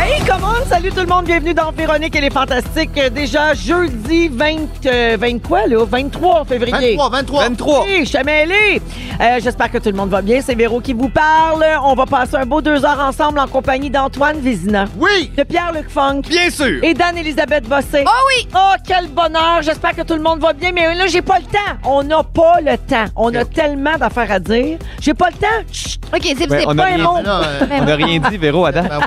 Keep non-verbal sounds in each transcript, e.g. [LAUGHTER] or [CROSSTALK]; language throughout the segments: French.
Hey, comment? Salut tout le monde, bienvenue dans Véronique et les Fantastiques. Euh, Déjà jeudi 20, euh, 20 quoi là? 23 février. 23, 23. 23. Oui, je suis mêlée. Euh, J'espère que tout le monde va bien. C'est Véro qui vous parle. On va passer un beau deux heures ensemble en compagnie d'Antoine Vézina, Oui, de Pierre-Luc Funk bien sûr. et d'Anne-Élisabeth Bossé. Ah Oh oui! Oh, quel bonheur! J'espère que tout le monde va bien, mais là, j'ai pas le temps. On n'a pas le temps. On a Ok. tellement d'affaires à dire. J'ai pas le temps. Chut, OK, c'est Ouais, c'est on pas a un rien mot. dit. Là, [LAUGHS] euh, On n'a rien dit, Véro, Adam. Ben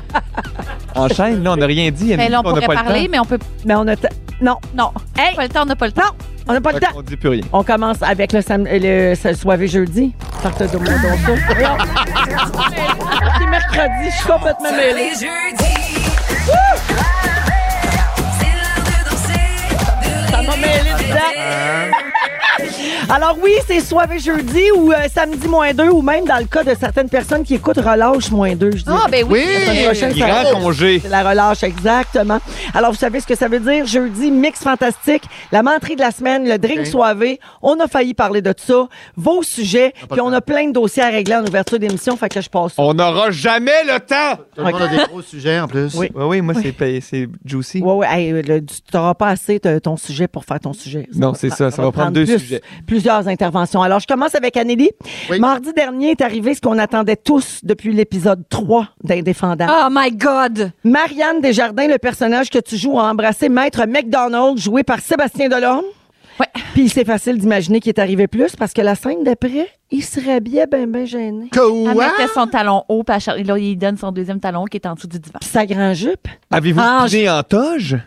Enchaîne, là, on n'a rien dit. Mais là, on n'a pourrait pas le parler, mais on peut. mais on a... ta- Non, Non. Hey! Pas le temps, on n'a pas le temps. on n'a pas temps. le temps. Fait qu'on dit plus rien. On commence avec le, sam- euh, le, ce- soirée jeudi. Sorte de mon donjon. Voyons. C'est mercredi, je suis complètement mêlée. Ça m'a mêlée dedans. Alors oui, c'est soirée jeudi ou euh, samedi moins deux ou même dans le cas de certaines personnes qui écoutent relâche moins deux, je dis. Ah, ben oui. La semaine prochaine, ça Grand congé. C'est la relâche, exactement. Alors, vous savez ce que ça veut dire? Jeudi, mix fantastique, la menterie de la semaine, le drink Ok. soivé. On a failli parler de ça. Vos sujets. Ah, pas Puis le on a plein de dossiers à régler en ouverture d'émission. Fait que je passe. On n'aura jamais le temps. Tout le monde a des gros sujets en plus. Oui. Oui, oui, moi, c'est payé- c'est juicy. Ouais, ouais, hey, euh, le- tu n'auras pas assez de ton sujet pour faire ton sujet. Non, va c'est te ça, prendre- ça va te prendre deux plus- sujets. Plusieurs interventions. Alors, je commence avec Anneli. Oui. Mardi dernier est arrivé ce qu'on attendait tous depuis l'épisode 3 d'Indéfendable. Oh my God. Marianne Desjardins, le personnage que tu joues, a embrassé Maître McDonald, joué par Sébastien Delorme. Ouais. Puis c'est facile d'imaginer qu'il est arrivé plus parce que la scène d'après, il serait bien, ben, ben gêné. Elle Quoi? mettait son talon haut, puis elle char- là, il lui donne son deuxième talon qui est en dessous du divan. Puis sa grand jupe. Avez-vous Ah, dîné en toge?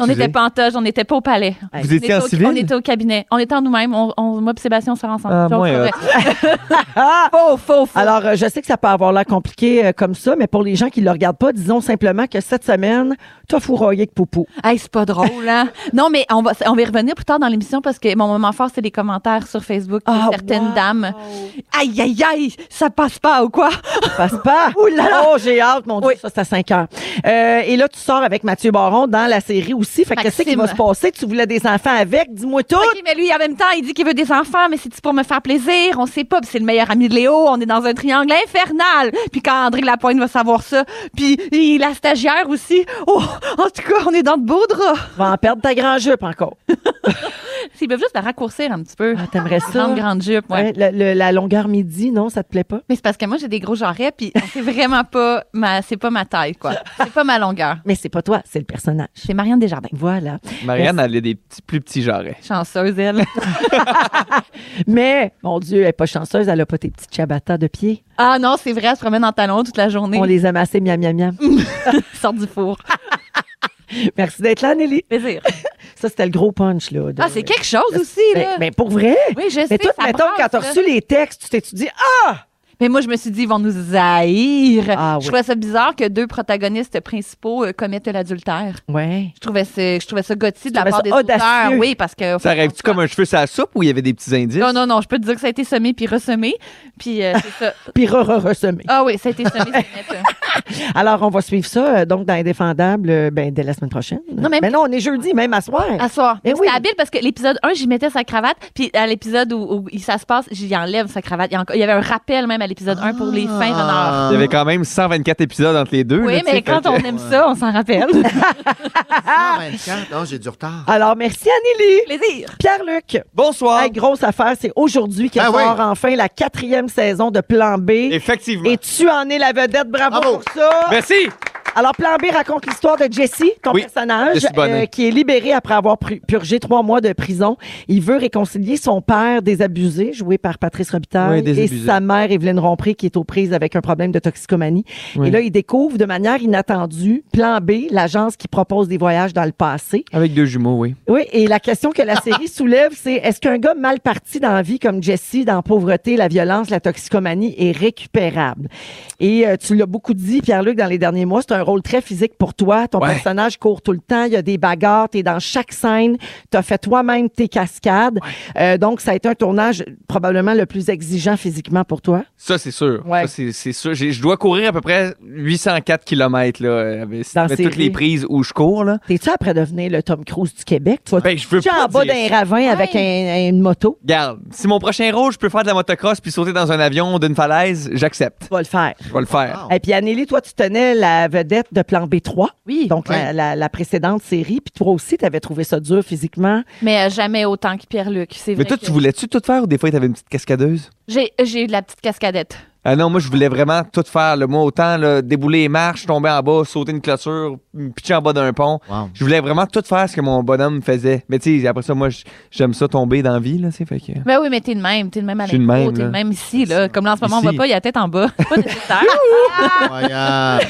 On n'était pas en toge, on n'était pas au palais. Ah, Vous On étiez était, en au, civil? on était au cabinet. On était en nous-mêmes. On, on- moi et Sébastien, on sort ensemble. Ah, Puis on moi, faisait- Ah! Faux, faux, faux. Alors, euh, je sais que ça peut avoir l'air compliqué euh, comme ça, mais pour les gens qui ne le regardent pas, disons simplement que cette semaine, t'as fourroyé que Poupou. Hey, c'est pas drôle, hein? [LAUGHS] non, mais on va, on va y revenir plus tard dans l'émission parce que mon moment fort, c'est les commentaires sur Facebook de Ah, certaines wow. dames. Aïe, aïe, aïe, ça passe pas ou quoi? Passe [LAUGHS] pas! Oh, j'ai hâte, mon Dieu, Oui. ça, c'est à 5 heures. Euh, et là, tu sors avec Mathieu Baron dans la série aussi. Fait que qu'est-ce qui Maxime. va se passer? Tu voulais des enfants avec? Dis-moi tout! OK, mais lui, en même temps, il dit qu'il veut des enfants, mais c'est-tu pour me faire plaisir? On sait pas, puis c'est le meilleur ami de Léo, on est dans un triangle infernal. Puis quand André Lapointe va savoir ça, puis il- la stagiaire aussi. Oh, en tout cas, on est dans de beaux draps. Va en perdre ta grand jupe encore. [LAUGHS] S'ils peuvent juste la raccourcir un petit peu. Ah, t'aimerais ça? Grande, grande jupe, ouais. Ouais, le- le- la longueur midi, non, ça te plaît pas? Mais c'est parce que moi, j'ai des gros jarrets, puis c'est vraiment pas ma, c'est pas ma taille, quoi. C'est pas ma longueur. Mais c'est pas toi, c'est le personnage. C'est Marianne Desjardins. Voilà. Marianne, elle a des petits, plus petits jarrets. Chanceuse, elle. Mais, mon Dieu, elle est pas chanceuse, elle a pas tes petites chabatas de pied. [LAUGHS] Ah non, c'est vrai, elle se promène en talons toute la journée. On les a massés, miam, miam, [LAUGHS] miam. sort du four. Merci d'être là, Nelly. Plaisir. Ça, c'était le gros punch, là. de- Ah, c'est quelque chose Mais- aussi, mais, là. mais pour vrai? oui, je sais. mais toi, ça mettons, brasse, quand t'as là. reçu les textes, tu t'es dit, ah! Mais moi, je me suis dit, ils vont nous haïr. Ah, oui. Je trouvais ça bizarre que deux protagonistes principaux euh, commettent l'adultère. Ouais. Je trouvais ça, je trouvais ça gothique de la trouvais part ça des audacieux. auteurs. Oui, parce que. Ça arrive-tu comme un cheveu sur la soupe où il y avait des petits indices? Non, non, non, je peux te dire que ça a été semé puis ressemé. Puis euh, c'est [LAUGHS] ça. Puis re, re, ressemé. Ah oui, ça a été semé. c'est [LAUGHS] net. Alors, on va suivre ça, euh, donc, dans Indéfendable, euh, ben, dès la semaine prochaine. Non, mais- Ah, mais non, on est jeudi, même à soir. À soir. Eh oui. Mais C'était habile parce que l'épisode 1, j'y mettais sa cravate. Puis à l'épisode où, où ça se passe, j'y enlève sa cravate. Il y, a encore- il y avait un rappel même à l'épisode 1 pour les fins Ah. renards. Il y avait quand même 124 épisodes entre les deux. là, Oui, tu sais, mais fait quand que- on aime ça, on s'en [LAUGHS] rappelle. Ah, 24. Non, j'ai du retard. Alors, merci, Anneli. Plaisir. Pierre-Luc. Bonsoir. Hey, grosse affaire, c'est aujourd'hui qu'elle Ben oui. sort enfin la quatrième saison de Plan B. Et, Effectivement. tu en es la vedette, bravo, Bravo. pour ça. Merci. Alors, Plan B raconte l'histoire de Jesse, ton Oui, personnage, euh, Jesse Bonnet. qui est libéré après avoir pru- purgé trois mois de prison. Il veut réconcilier son père désabusé, joué par Patrice Robitaille, Oui, et désabusé. sa mère, Evelyne Rompré, qui est aux prises avec un problème de toxicomanie. Oui. Et là, il découvre de manière inattendue Plan B, l'agence qui propose des voyages dans le passé. Avec deux jumeaux, oui. Oui, et la question que la série soulève, c'est est-ce qu'un gars mal parti dans la vie comme Jesse, dans la pauvreté, la violence, la toxicomanie, est récupérable? Et euh, tu l'as beaucoup dit, Pierre-Luc, dans les derniers mois, c'est un rôle très physique pour toi. Ton Ouais. personnage court tout le temps. Il y a des bagarres. T'es dans chaque scène. T'as fait toi-même tes cascades. Euh, donc, ça a été un tournage probablement le plus exigeant physiquement pour toi. Ça, c'est sûr. Ouais. Ça, c'est- c'est sûr. J'ai- Je dois courir à peu près 804 km là, euh, avec si tu Dans mets série. toutes les prises où je cours. Là. T'es-tu après devenir le Tom Cruise du Québec? Tu vas Ben, je veux tu es en pas bas dire d'un ça. ravin avec un- une moto? Regarde, si mon prochain rôle, je peux faire de la motocross puis sauter dans un avion d'une falaise, j'accepte. Tu vas le faire. Je vais le faire. Ah, Wow. Et Eh, puis, Anneli, toi, tu tenais la vedette de plan B3. Oui. Donc, la, Ouais. la- la précédente série. Puis, toi aussi, tu avais trouvé ça dur physiquement. Mais euh, jamais autant que Pierre-Luc. C'est Mais vrai. toi, que tu voulais-tu tout faire ou des fois, t'avais une petite cascadeuse? J'ai j'ai eu de la petite cascadette. Ah non, moi, je voulais vraiment tout faire. le Moi, autant là, débouler les marches, tomber en bas, sauter une clôture, me pitcher en bas d'un pont. Wow. Je voulais vraiment tout faire ce que mon bonhomme faisait. Mais tu sais, après ça, moi, j- j'aime ça tomber dans la vie, là, c'est fait que... Ben oui, mais t'es le même. T'es le même à Je suis de l'impro, même, T'es là. le même ici, là. Comme là, en ce moment, on Ici. voit pas, il y a la tête en bas. Pas nécessaire. Ah! Incroyable.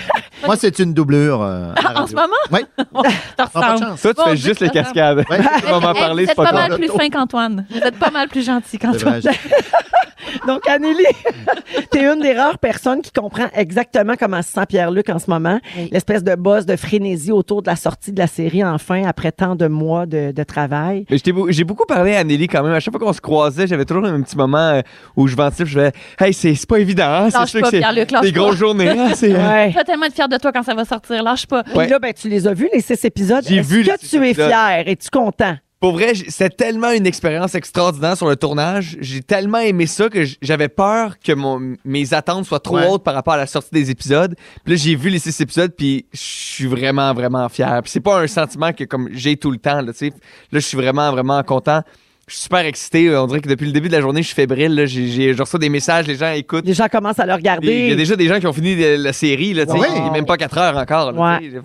Moi, c'est une doublure. euh, à la [LAUGHS] en radio. ce moment, Oui. t'en Ah, pas de ressembles. chance. Ça, tu Mon fais Dieu, juste ça les ressemble. cascades. [LAUGHS] Ouais. Tu vas m'en Hey, parler, vous c'est êtes pas pas grave. mal plus fin qu'Antoine. Vous êtes pas mal plus gentil C'est vrai, qu'Antoine. j'ai- Donc, Anneli, [LAUGHS] tu es une des rares personnes qui comprend exactement comment se sent Pierre-Luc en ce moment. Oui. L'espèce de buzz, de frénésie autour de la sortie de la série, enfin, après tant de mois de, de travail. Mais j'étais beau- j'ai beaucoup parlé à Nelly quand même. À chaque fois qu'on se croisait, j'avais toujours un petit moment euh, où je ventilais. puis Je faisais Hey, c'est c'est pas évident. hein, c'est Lâche sûr pas, que c'est Pierre-Luc, lâche des pas. grosses journées. hein, [LAUGHS] c'est, euh, Je suis pas tellement fière de toi quand ça va sortir. Lâche pas. Puis là, ben, tu les as vus, les six épisodes. J'ai Est-ce vu les que six tu es épisodes. fier? Es-tu content? Pour vrai, j- c'est tellement une expérience extraordinaire sur le tournage. J'ai tellement aimé ça que j- j'avais peur que mon, mes attentes soient trop Ouais. hautes par rapport à la sortie des épisodes. Puis là, j'ai vu les six épisodes, puis je suis vraiment, vraiment fier. Puis c'est pas un sentiment que comme j'ai tout le temps. Là, tu sais. là je suis vraiment, vraiment content. Je suis super excité. On dirait que depuis le début de la journée, je suis fébrile. Là. J'ai, j'ai- je reçois des messages, les gens écoutent. Les gens commencent à le Puis Il y regarder. a déjà des gens qui ont fini de- la série, là, tu sais, Ouais. il est même pas 4 heures encore. là, tu sais. Wow.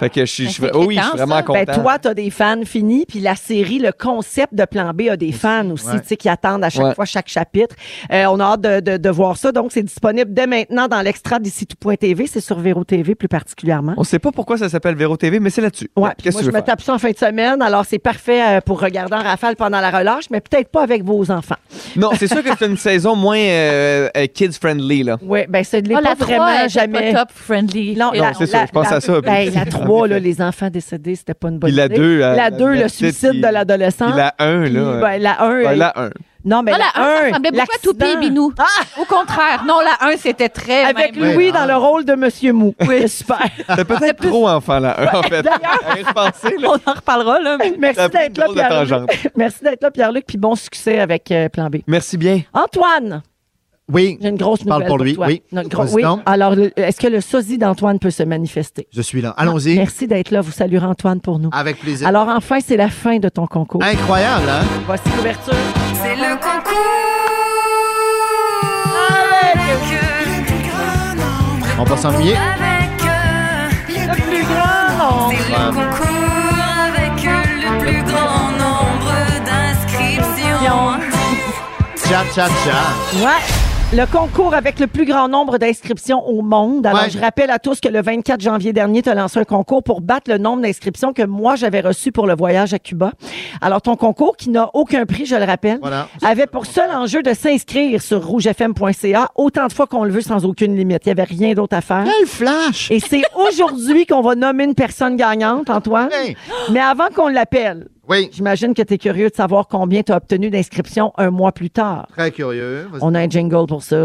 Fait que je suis, je suis- Ben, c'est oh oui, je inquiétant, suis vraiment ça. content. Ben, toi, tu as des fans finis, puis la série, le concept de Plan B a des fans aussi, ouais. tu sais, qui attendent à chaque Ouais. fois chaque chapitre. Euh, on a hâte de, de- de voir ça. Donc, c'est disponible dès maintenant dans l'extra d'ici tout.tv. C'est sur Véro TV plus particulièrement. On sait pas pourquoi ça s'appelle Véro TV, mais c'est là-dessus. Ouais, puis Qu'est-ce moi, que je tu me veux faire? tape ça en fin de semaine. Alors, c'est parfait euh, pour regarder en rafale pendant la relâche, mais peut-être pas avec vos enfants. Non, c'est sûr que c'est une saison moins euh, euh, kids-friendly, là. Oui, ben, ça ne l'est Oh, pas la vraiment 3 est jamais. pas top friendly. Non, Et la- c'est ça, la- je pense la- à ça. ben, la 3, [LAUGHS] là, les enfants décédés, c'était pas une bonne Puis la idée. deux, euh, la la- 2, la le petite, suicide il- de l'adolescent. Puis la 1, Puis, là. ben, la 1. ben, elle- la 1. Non, mais Non, Ah, la 1, ça un, ressemblait beaucoup à Toupie et l'accident. Binou. Au contraire. Non, la 1, c'était très. Avec même. Louis dans le rôle de Monsieur Mou. Oui. [LAUGHS] Super. T'as peut-être trop enfant, la 1, en fait. Arrête de penser, là. On en reparlera, là. mais- Merci Ça d'être fait une là, drôle de Pierre-Luc. Merci d'être là, Pierre-Luc, puis bon succès avec euh, Plan B. Merci bien. Antoine, Oui, j'ai une grosse nouvelle Parle pour lui, toi. oui. Non, une gro- Vas-y oui. donc. Alors, le- est-ce que le sosie d'Antoine peut se manifester? je suis là. Allons-y. Merci d'être là. Vous saluerez Antoine pour nous. Avec plaisir. Alors, enfin, c'est la fin de ton concours. Incroyable, Ah, hein? Voici l'ouverture. C'est le concours. On va s'ennuyer. Avec eux, Le plus grand c'est le Ouais. concours avec eux, le plus grand nombre d'inscriptions. Tcha, tcha, tcha. Ouais. Le concours avec le plus grand nombre d'inscriptions au monde. Alors, Ouais. je rappelle à tous que le 24 janvier dernier, tu as lancé un concours pour battre le nombre d'inscriptions que moi, j'avais reçu pour le voyage à Cuba. Alors, ton concours, qui n'a aucun prix, je le rappelle, Voilà. avait pour seul enjeu de s'inscrire sur rougefm.ca autant de fois qu'on le veut sans aucune limite. Il n'y avait rien d'autre à faire. Quel flash! Et c'est aujourd'hui qu'on va nommer une personne gagnante, Antoine. Hey. Mais avant qu'on l'appelle, Oui, j'imagine que tu es curieux de savoir combien tu as obtenu d'inscriptions un mois plus tard. très curieux. Vas-y. On a un jingle pour ça.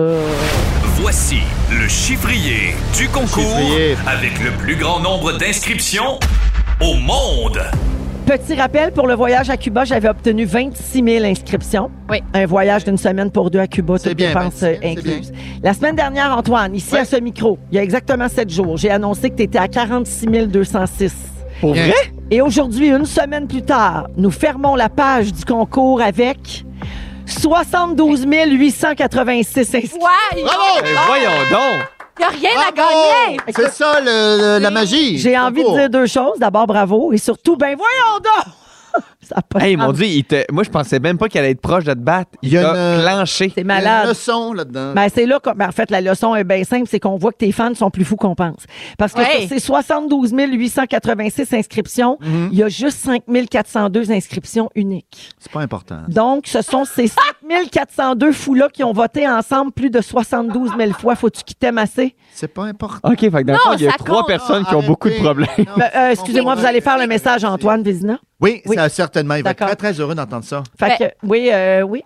Voici le chiffrier du concours Chiffrier. avec le plus grand nombre d'inscriptions au monde. Petit rappel, pour le voyage à Cuba, j'avais obtenu 26 000 inscriptions. Oui. Un voyage d'une semaine pour deux à Cuba, C'est toutes bien, dépenses 26 000, euh, c'est bien. incluses. La semaine dernière, Antoine, ici Oui. à ce micro, il y a exactement sept jours, j'ai annoncé que tu étais à 46 206. Pour Bien. vrai? Et aujourd'hui, une semaine plus tard, nous fermons la page du concours avec 72 886 inscriptions. Ouais, il Bravo! Ben, voyons donc. n'y a rien à Bravo! gagner. C'est ça, le- le- la magie. J'ai envie de dire deux choses. D'abord, bravo. Et surtout, ben voyons donc! [LAUGHS] Ça a pas de Hey, sens. mon Dieu, il te- moi, je pensais même pas qu'elle allait être proche de te battre. Il, Il y a t'a une- planché. C'est Il y a une malade. leçon là-dedans. Ben, c'est là que, ben, en fait, la leçon est bien simple, c'est qu'on voit que tes fans sont plus fous qu'on pense. Parce que Ouais. sur ces 72 886 inscriptions, Mhm. il y a juste 5 402 inscriptions uniques. C'est pas important. Donc, ce sont ces 5 4402 fous-là qui ont voté ensemble plus de 72 000 fois. Faut-tu quitter massé? C'est pas important. OK, fait que dans le Non, fond, il y a ça trois compte. Ah, personnes qui ont Arrêtez. beaucoup de problèmes. Non, Ben, euh, on Excusez-moi, va- vous allez faire le message à Antoine Vézina. Oui, Oui. ça, certainement. Il va être D'accord. très, très heureux d'entendre ça. Fait que, oui, euh, oui.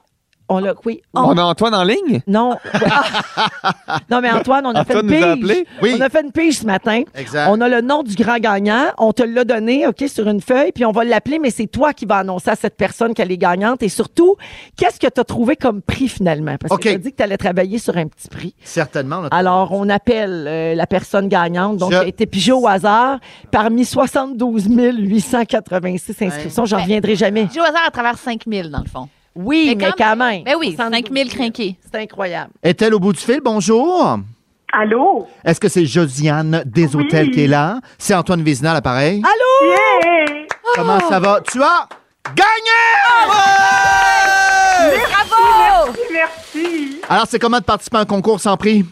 On l'a, oui. On a Antoine en ligne? Non. Ah. non, mais Antoine, on a Antoine fait nous a une pige. appelé. Oui. On a fait une pige ce matin. Exact. On a le nom du grand gagnant. On te l'a donné, OK, sur une feuille, puis on va l'appeler, mais c'est toi qui vas annoncer à cette personne qu'elle est gagnante. Et surtout, qu'est-ce que tu as trouvé comme prix finalement? Parce OK. que tu as dit que tu allais travailler sur un petit prix. Certainement. là. Alors, on appelle euh, la personne gagnante, donc Je- qui a été pigée au hasard, parmi 72 886 inscriptions. J'en reviendrai jamais. J'ai au hasard à travers 5000, dans le fond. Oui, mais, quand même. Mais oui, 72 5000 crinqués. C'est incroyable. Est-elle au bout du fil? Bonjour. Allô? Est-ce que c'est Josiane des Hôtels qui est là? C'est Antoine Vézina, à l'appareil. Allô? Hey! Comment ça va? Tu as Ah! gagné! Bravo! Merci! Alors, c'est comment de participer à un concours sans prix?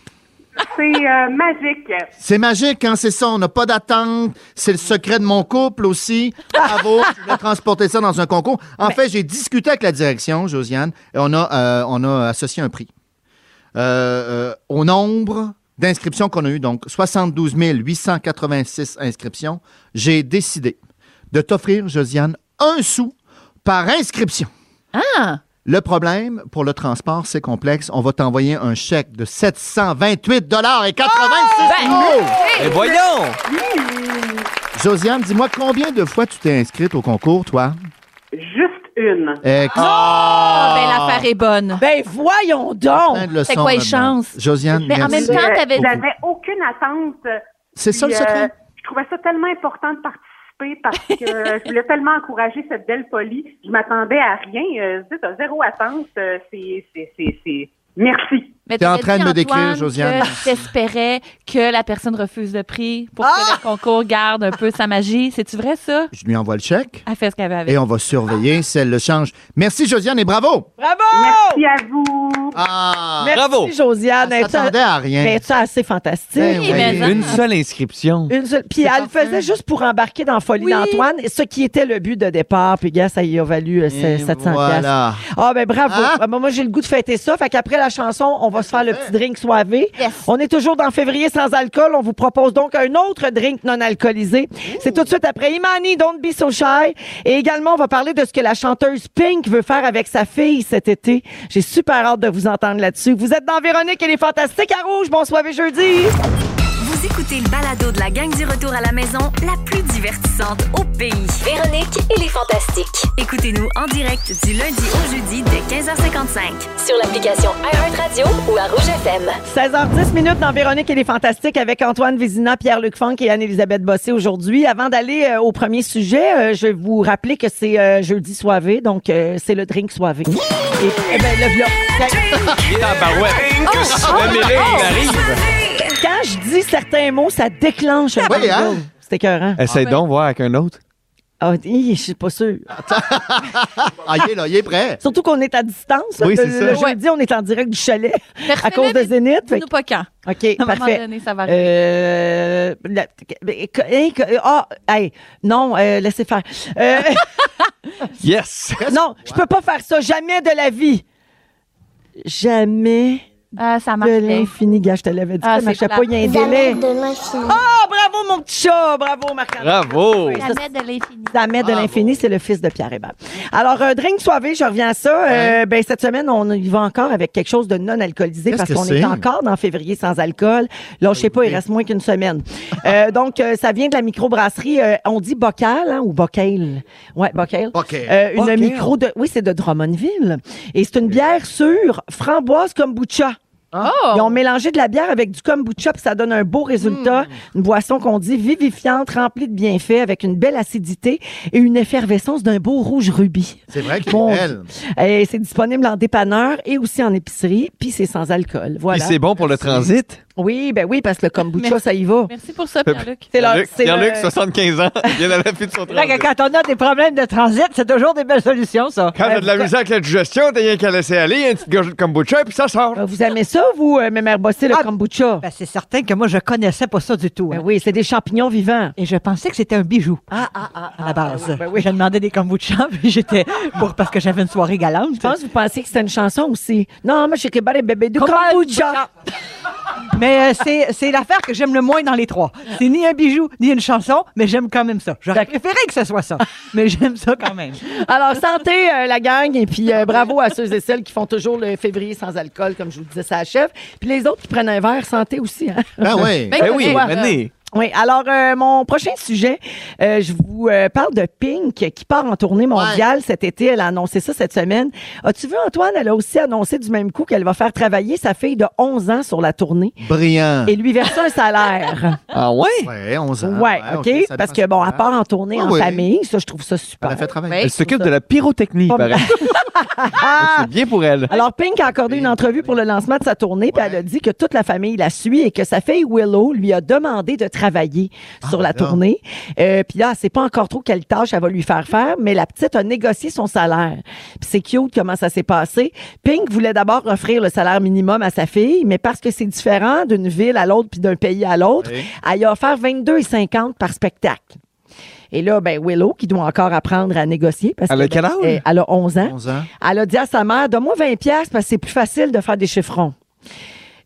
C'est euh, magique! C'est magique, hein, c'est ça. On n'a pas d'attente. C'est le secret de mon couple aussi. Bravo. je voulais transporter ça dans un concours. En fait, j'ai discuté avec la direction, Josiane, et on a, euh, on a associé un prix. Euh, euh, au nombre d'inscriptions qu'on a eues, donc 72 886 inscriptions, j'ai décidé de t'offrir, Josiane, un sou par inscription. Ah! Le problème pour le transport, c'est complexe. On va t'envoyer un chèque de 728 et 86 euros. Et voyons! Josiane, dis-moi combien de fois tu t'es inscrite au concours, toi? Eh, Juste une. Ah, Ah, ben l'affaire est bonne. Ben voyons donc! c'est quoi les chances? Josiane, Mais en merci. même temps, Je- t'avais- J'avais aucune attente. C'est ça le Puis, euh, secret? je trouvais ça tellement important de participer parce que je voulais tellement encourager cette belle folie. Je m'attendais à rien. Euh, zut, à zéro attente. Euh, c'est, c'est, c'est, c'est... Merci. Mais T'es en t'avais train de dit, me décrire, Antoine, Josiane. que T'espérais que la personne refuse le prix pour que Ah! le concours garde un peu sa magie. C'est-tu vrai, ça? Je lui envoie le chèque Elle fait ce qu'elle avait avec. et on va surveiller si elle le change. Merci, Josiane, et bravo! Bravo! Merci à vous. Ah, Merci, Bravo. Josiane. je Es-tu Ben, m'attendais à rien. es-tu assez fantastique? Ben oui. mais Une seule inscription. Une seule- Puis elle le faisait juste pour embarquer dans la folie Oui. d'Antoine, ce qui était le but de départ. Puis gars, ça y a valu euh, ce- Et 700 piastres. voilà. Ah ben bravo. Hein? Ah, ben, moi j'ai le goût de fêter ça. Fait qu'après la chanson, on va se faire le petit drink soivé. On est toujours dans février sans alcool. On vous propose donc un autre drink non alcoolisé. C'est tout de suite après Imani, Don't Be So Shy. Et également, on va parler de ce que la chanteuse Pink veut faire avec sa fille cet été. J'ai super hâte de vous entendre là-dessus. Vous êtes dans Véronique et les Fantastiques à Rouge. Bonsoir et jeudi. Vous écoutez le balado de la gang du retour à la maison, la plus divertissante au pays. Véronique et les Fantastiques. Écoutez-nous en direct du lundi au jeudi dès 15h55. Sur l'application iHeartRadio ou à Rouge FM. 16h10 minutes dans Véronique et les Fantastiques avec Antoine Vézina, Pierre-Luc Funk et Anne-Elisabeth Bossé aujourd'hui. Avant d'aller euh, au premier sujet, euh, je vais vous rappeler que c'est euh, jeudi soivé, donc euh, c'est le drink soivé. Et, eh ben, le vlog. Il est en barouette. Le mêlé, il arrive. Quand je dis certains mots, ça déclenche un Oui, jingle. hein? C'est écœurant. Essaye donc voir avec un autre. Ah, hi, je suis pas sûre. Ah, il est là, il est prêt. Surtout qu'on est à distance. là. Oui, le c'est ça. le jeudi, on est en direct du chalet à cause de Zénith. Fait Nous pas quand. que- OK, À un moment parfait. donné, ça va arriver. Euh, la- eh, eh, eh, ah, hey, non, euh, laissez faire. Euh, Yes! non, je peux pas faire ça jamais de la vie. Jamais Ah, ça marche de bien. l'infini. Gars, je te l'avais dit, Ah, ça c'est marchait pas, plate. il y a un délai. Ah, bravo mon petit chat, bravo Marc. Bravo! Ça, Jamais de l'infini. Zamet Ah, de l'infini, c'est le fils de Pierre Hébert. Alors, euh, drink soivé, je reviens à ça. Euh, ben, cette semaine, on y va encore avec quelque chose de non alcoolisé Hein? Qu'est-ce parce que qu'on c'est? est encore dans février sans alcool. Là, je sais pas, il reste moins qu'une semaine. Euh, [LAUGHS] donc, euh, ça vient de la microbrasserie. euh, on dit bocal hein, ou bocal. Ouais, bocal. Bocal. Euh, une Bocal. micro de, oui, c'est de Drummondville. Et c'est une bière sûre, framboise kombucha. Ah! Oh! Ils ont mélangé de la bière avec du kombucha, puis ça donne un beau résultat. Une boisson qu'on dit vivifiante, remplie de bienfaits, avec une belle acidité et une effervescence d'un beau rouge rubis. C'est vrai qu'il Bon. est elle. Et c'est disponible en dépanneur et aussi en épicerie, puis c'est sans alcool. Puis Voilà. c'est bon pour le transit. Oui, ben oui, parce que le kombucha, Merci. ça y va. Merci pour ça, Pierre-Luc. C'est leur- Pierre-Luc, c'est Pierre-Luc, le- Ben, 75 ans, vient à l'affût de son Fait que travail. quand on a des problèmes de transit, c'est toujours des belles solutions, ça. Quand Ben, t'as de la misère avec la digestion, t'as rien qu'à laisser aller, une petite gorgée de kombucha, puis ça sort. Ah, Vous aimez ça, vous, euh, Mémère Bossé, le Ah, kombucha? Ben, c'est certain que moi, je connaissais pas ça du tout. Ben hein. oui, c'est des champignons vivants. Et je pensais que c'était un bijou. Ah, ah, ah. À la base. Ben oui. Je demandais des kombucha, [LAUGHS] puis j'étais. Pour, parce que j'avais une soirée galante. Je pense que vous pensiez que c'était une chanson aussi. Non, moi, je sais que bébé bébé du Kombucha. kombucha. Mais euh, c'est, c'est l'affaire que j'aime le moins dans les trois. Oh, C'est ni un bijou, ni une chanson, mais j'aime quand même ça. J'aurais D'accord. préféré que ce soit ça, mais j'aime ça quand [LAUGHS] même. Alors, santé, euh, la gang, et puis euh, bravo à ceux et celles qui font toujours le février sans alcool, comme je vous le disais, ça achève. Puis les autres qui prennent un verre, santé aussi. Hein? Ben oui. Ben oui, ouais. venez. Oui, alors euh, mon prochain sujet, euh, je vous euh, parle de Pink qui part en tournée mondiale cet été. Elle a annoncé ça cette semaine. As-tu vu, Antoine, elle a aussi annoncé du même coup qu'elle va faire travailler sa fille de 11 ans sur la tournée Brillant. et lui verser un salaire. Ah ouais? Ouais, 11 ans. Ah, ouais, OK? ça dépense Parce que, bon, pas à mal. part en tournée Ah en oui. famille, ça, je trouve ça super. Elle a fait travailler. Ouais. Elle s'occupe de la pyrotechnie, Pas pareil. C'est bien pour elle. Alors, Pink a accordé une entrevue pour le lancement de sa tournée, puis Ouais. elle a dit que toute la famille la suit et que sa fille Willow lui a demandé de travailler Ah, sur la ben là. tournée. Euh, puis là, c'est pas encore trop quelle tâche elle va lui faire faire, mais la petite a négocié son salaire. Puis c'est cute comment ça s'est passé. Pink voulait d'abord offrir le salaire minimum à sa fille, mais parce que c'est différent d'une ville à l'autre puis d'un pays à l'autre, Ouais. elle y a offert 22,50 par spectacle. Et là, ben Willow, qui doit encore apprendre à négocier parce Elle a que, ben, quel âge? Elle a 11 ans. 11 ans. Elle a dit à sa mère, donne-moi 20 pièces parce que c'est plus facile de faire des chiffrons.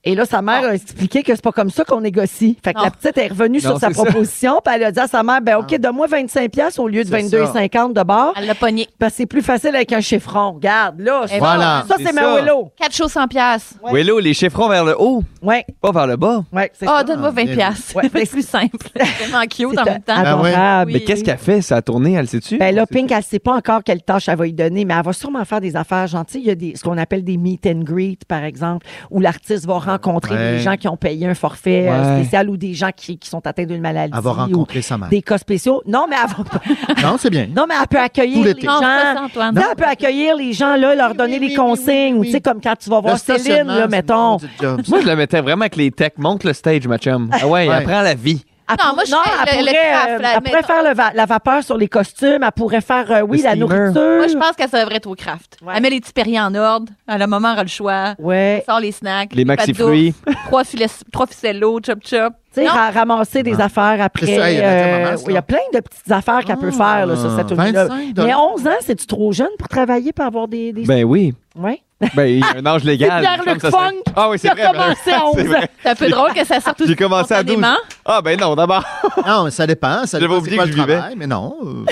Et là, sa Ah. mère a expliqué que c'est pas comme ça qu'on négocie. Fait que Non. la petite est revenue Non, sur sa c'est ça. Ah. proposition, puis elle a dit à sa mère, ben OK, donne-moi 25 pièces au lieu de C'est 22,50 de bord, Elle l'a pogné. parce que c'est plus facile avec un chiffron. Regarde, là, ça, Eh Voilà. ça, C'est c'est ma ça. Willow. Quatre choses sans piastres. Willow, les chiffrons vers le haut, Ouais, pas vers le bas. ouais, c'est Ah, ça. donne-moi 20 bien piastres. Ouais, [LAUGHS] c'est plus simple. C'est vraiment cute en C'est même temps. Ah ouais. adorable. Oui. Mais qu'est-ce qu'elle fait? Ça a tourné, elle sait-tu? Ben là, On sait-tu? Pink, elle sait pas encore quelle tâche elle va lui donner, mais elle va sûrement faire des affaires gentilles. Il y a des, ce qu'on appelle des meet and greet, par exemple, où l'artiste va rencontrer Ah, Ouais. des gens qui ont payé un forfait euh, Ouais. spécial ou des gens qui, qui sont atteints d'une maladie. Elle va ou rencontrer sa mère. des cas spéciaux. Non, mais [LAUGHS] elle va pas- Non, c'est bien. non, mais elle peut Tout accueillir les l'été. Non, c'est gens. ça, Antoine. Non, elle peut accueillir les gens, là, leur Oui, donner oui, les oui, consignes. oui, oui, Tu sais, comme quand tu vas Le voir Céline, stationnement, là, c'est mettons. une petite job, ça. Moi, je la mettais vraiment avec les techs. Monte le stage, ma chum. Ah ouais, Ouais. apprends la vie. Elle Non, pour- moi, je non, fais elle le- le pourrait, craft, euh, là, elle pourrait mettons. faire le va- la vapeur sur les costumes. Elle pourrait faire, euh, oui, Le la steamer. nourriture. Moi, je pense qu'elle devrait être au craft. Ouais. Elle met les petits périls en ordre. À le moment, elle a le choix. Ouais. Elle sort les snacks. Les pâtes maxi-fruits. d'ours, Trois, filets, trois ficelles l'eau, chop chop. Tu sais, Non. ra- ramasser Ah. des affaires après. C'est ça, il y a la euh, thermomance, Il y a là. Ah. plein de petites affaires qu'elle peut faire là, sur cette tournée-là. 25 Mais 11 ans, c'est-tu trop jeune pour travailler, pour avoir des... des... Ben oui. Ouais. Ben, il y a un âge légal. Pierre-Luc Je pense que ça Funk serait- Ah oui, qui c'est a vrai. ben, commencé à 11 [LAUGHS] c'est ans. vrai. C'est un [LAUGHS] peu drôle que ça sorte tout J'ai commencé à 12. spontanément. Ah ben non, d'abord. Non, Ah, ça dépend. Ça J'avais dépend oublié c'est quoi que le je vivais. travail, mais non. euh,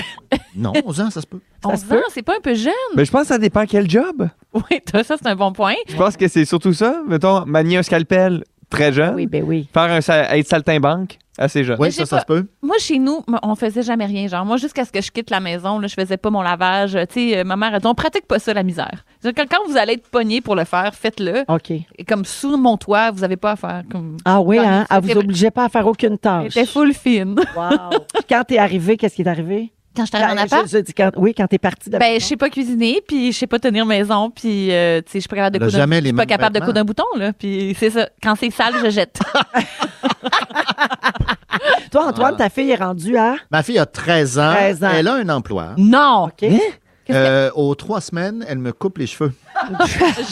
non, 11 ans, ça se [LAUGHS] peut. 11 ans, c'est pas un peu jeune? [LAUGHS] Mais je pense que ça dépend quel job. Oui, toi, ça, c'est un bon point. Je pense que c'est surtout ça. Mettons, manier un scalpel, très jeune. Oui, ben oui. Faire un sa- être saltimbanque, assez jeune. Oui, j'ai ça, ça pas- se peut. Moi, chez nous, m- on faisait jamais rien. Genre, moi, jusqu'à ce que je quitte la maison, là, je faisais pas mon lavage. Euh, Tu sais, euh, ma mère a dit, on pratique pas ça, la misère. C'est-à-dire que Quand vous allez être pogné pour le faire, faites-le. OK. Et comme sous mon toit, vous avez pas à faire. Comme... Ah oui, hein? Elle vous C'était- obligeait pas à faire aucune tâche. J'étais full fine. Wow. Puis quand t'es arrivé, qu'est-ce qui est arrivé? Quand je t'arrive en Ah, appart, je- je dis quand- oui, quand t'es parti de la ben, je sais pas cuisiner, puis je sais pas tenir maison, puis euh, tu sais, je suis pas capable de Elle a coudre un- jamais je suis les pas mêmes capable de vêtements. coudre un bouton, là. Puis c'est ça. Quand c'est sale, je jette. Toi, Antoine, Ah. ta fille est rendue à... Ma fille a 13 ans. 13 ans. Elle a un emploi. [LAUGHS] non! OK. Euh, aux trois semaines, elle me coupe les cheveux.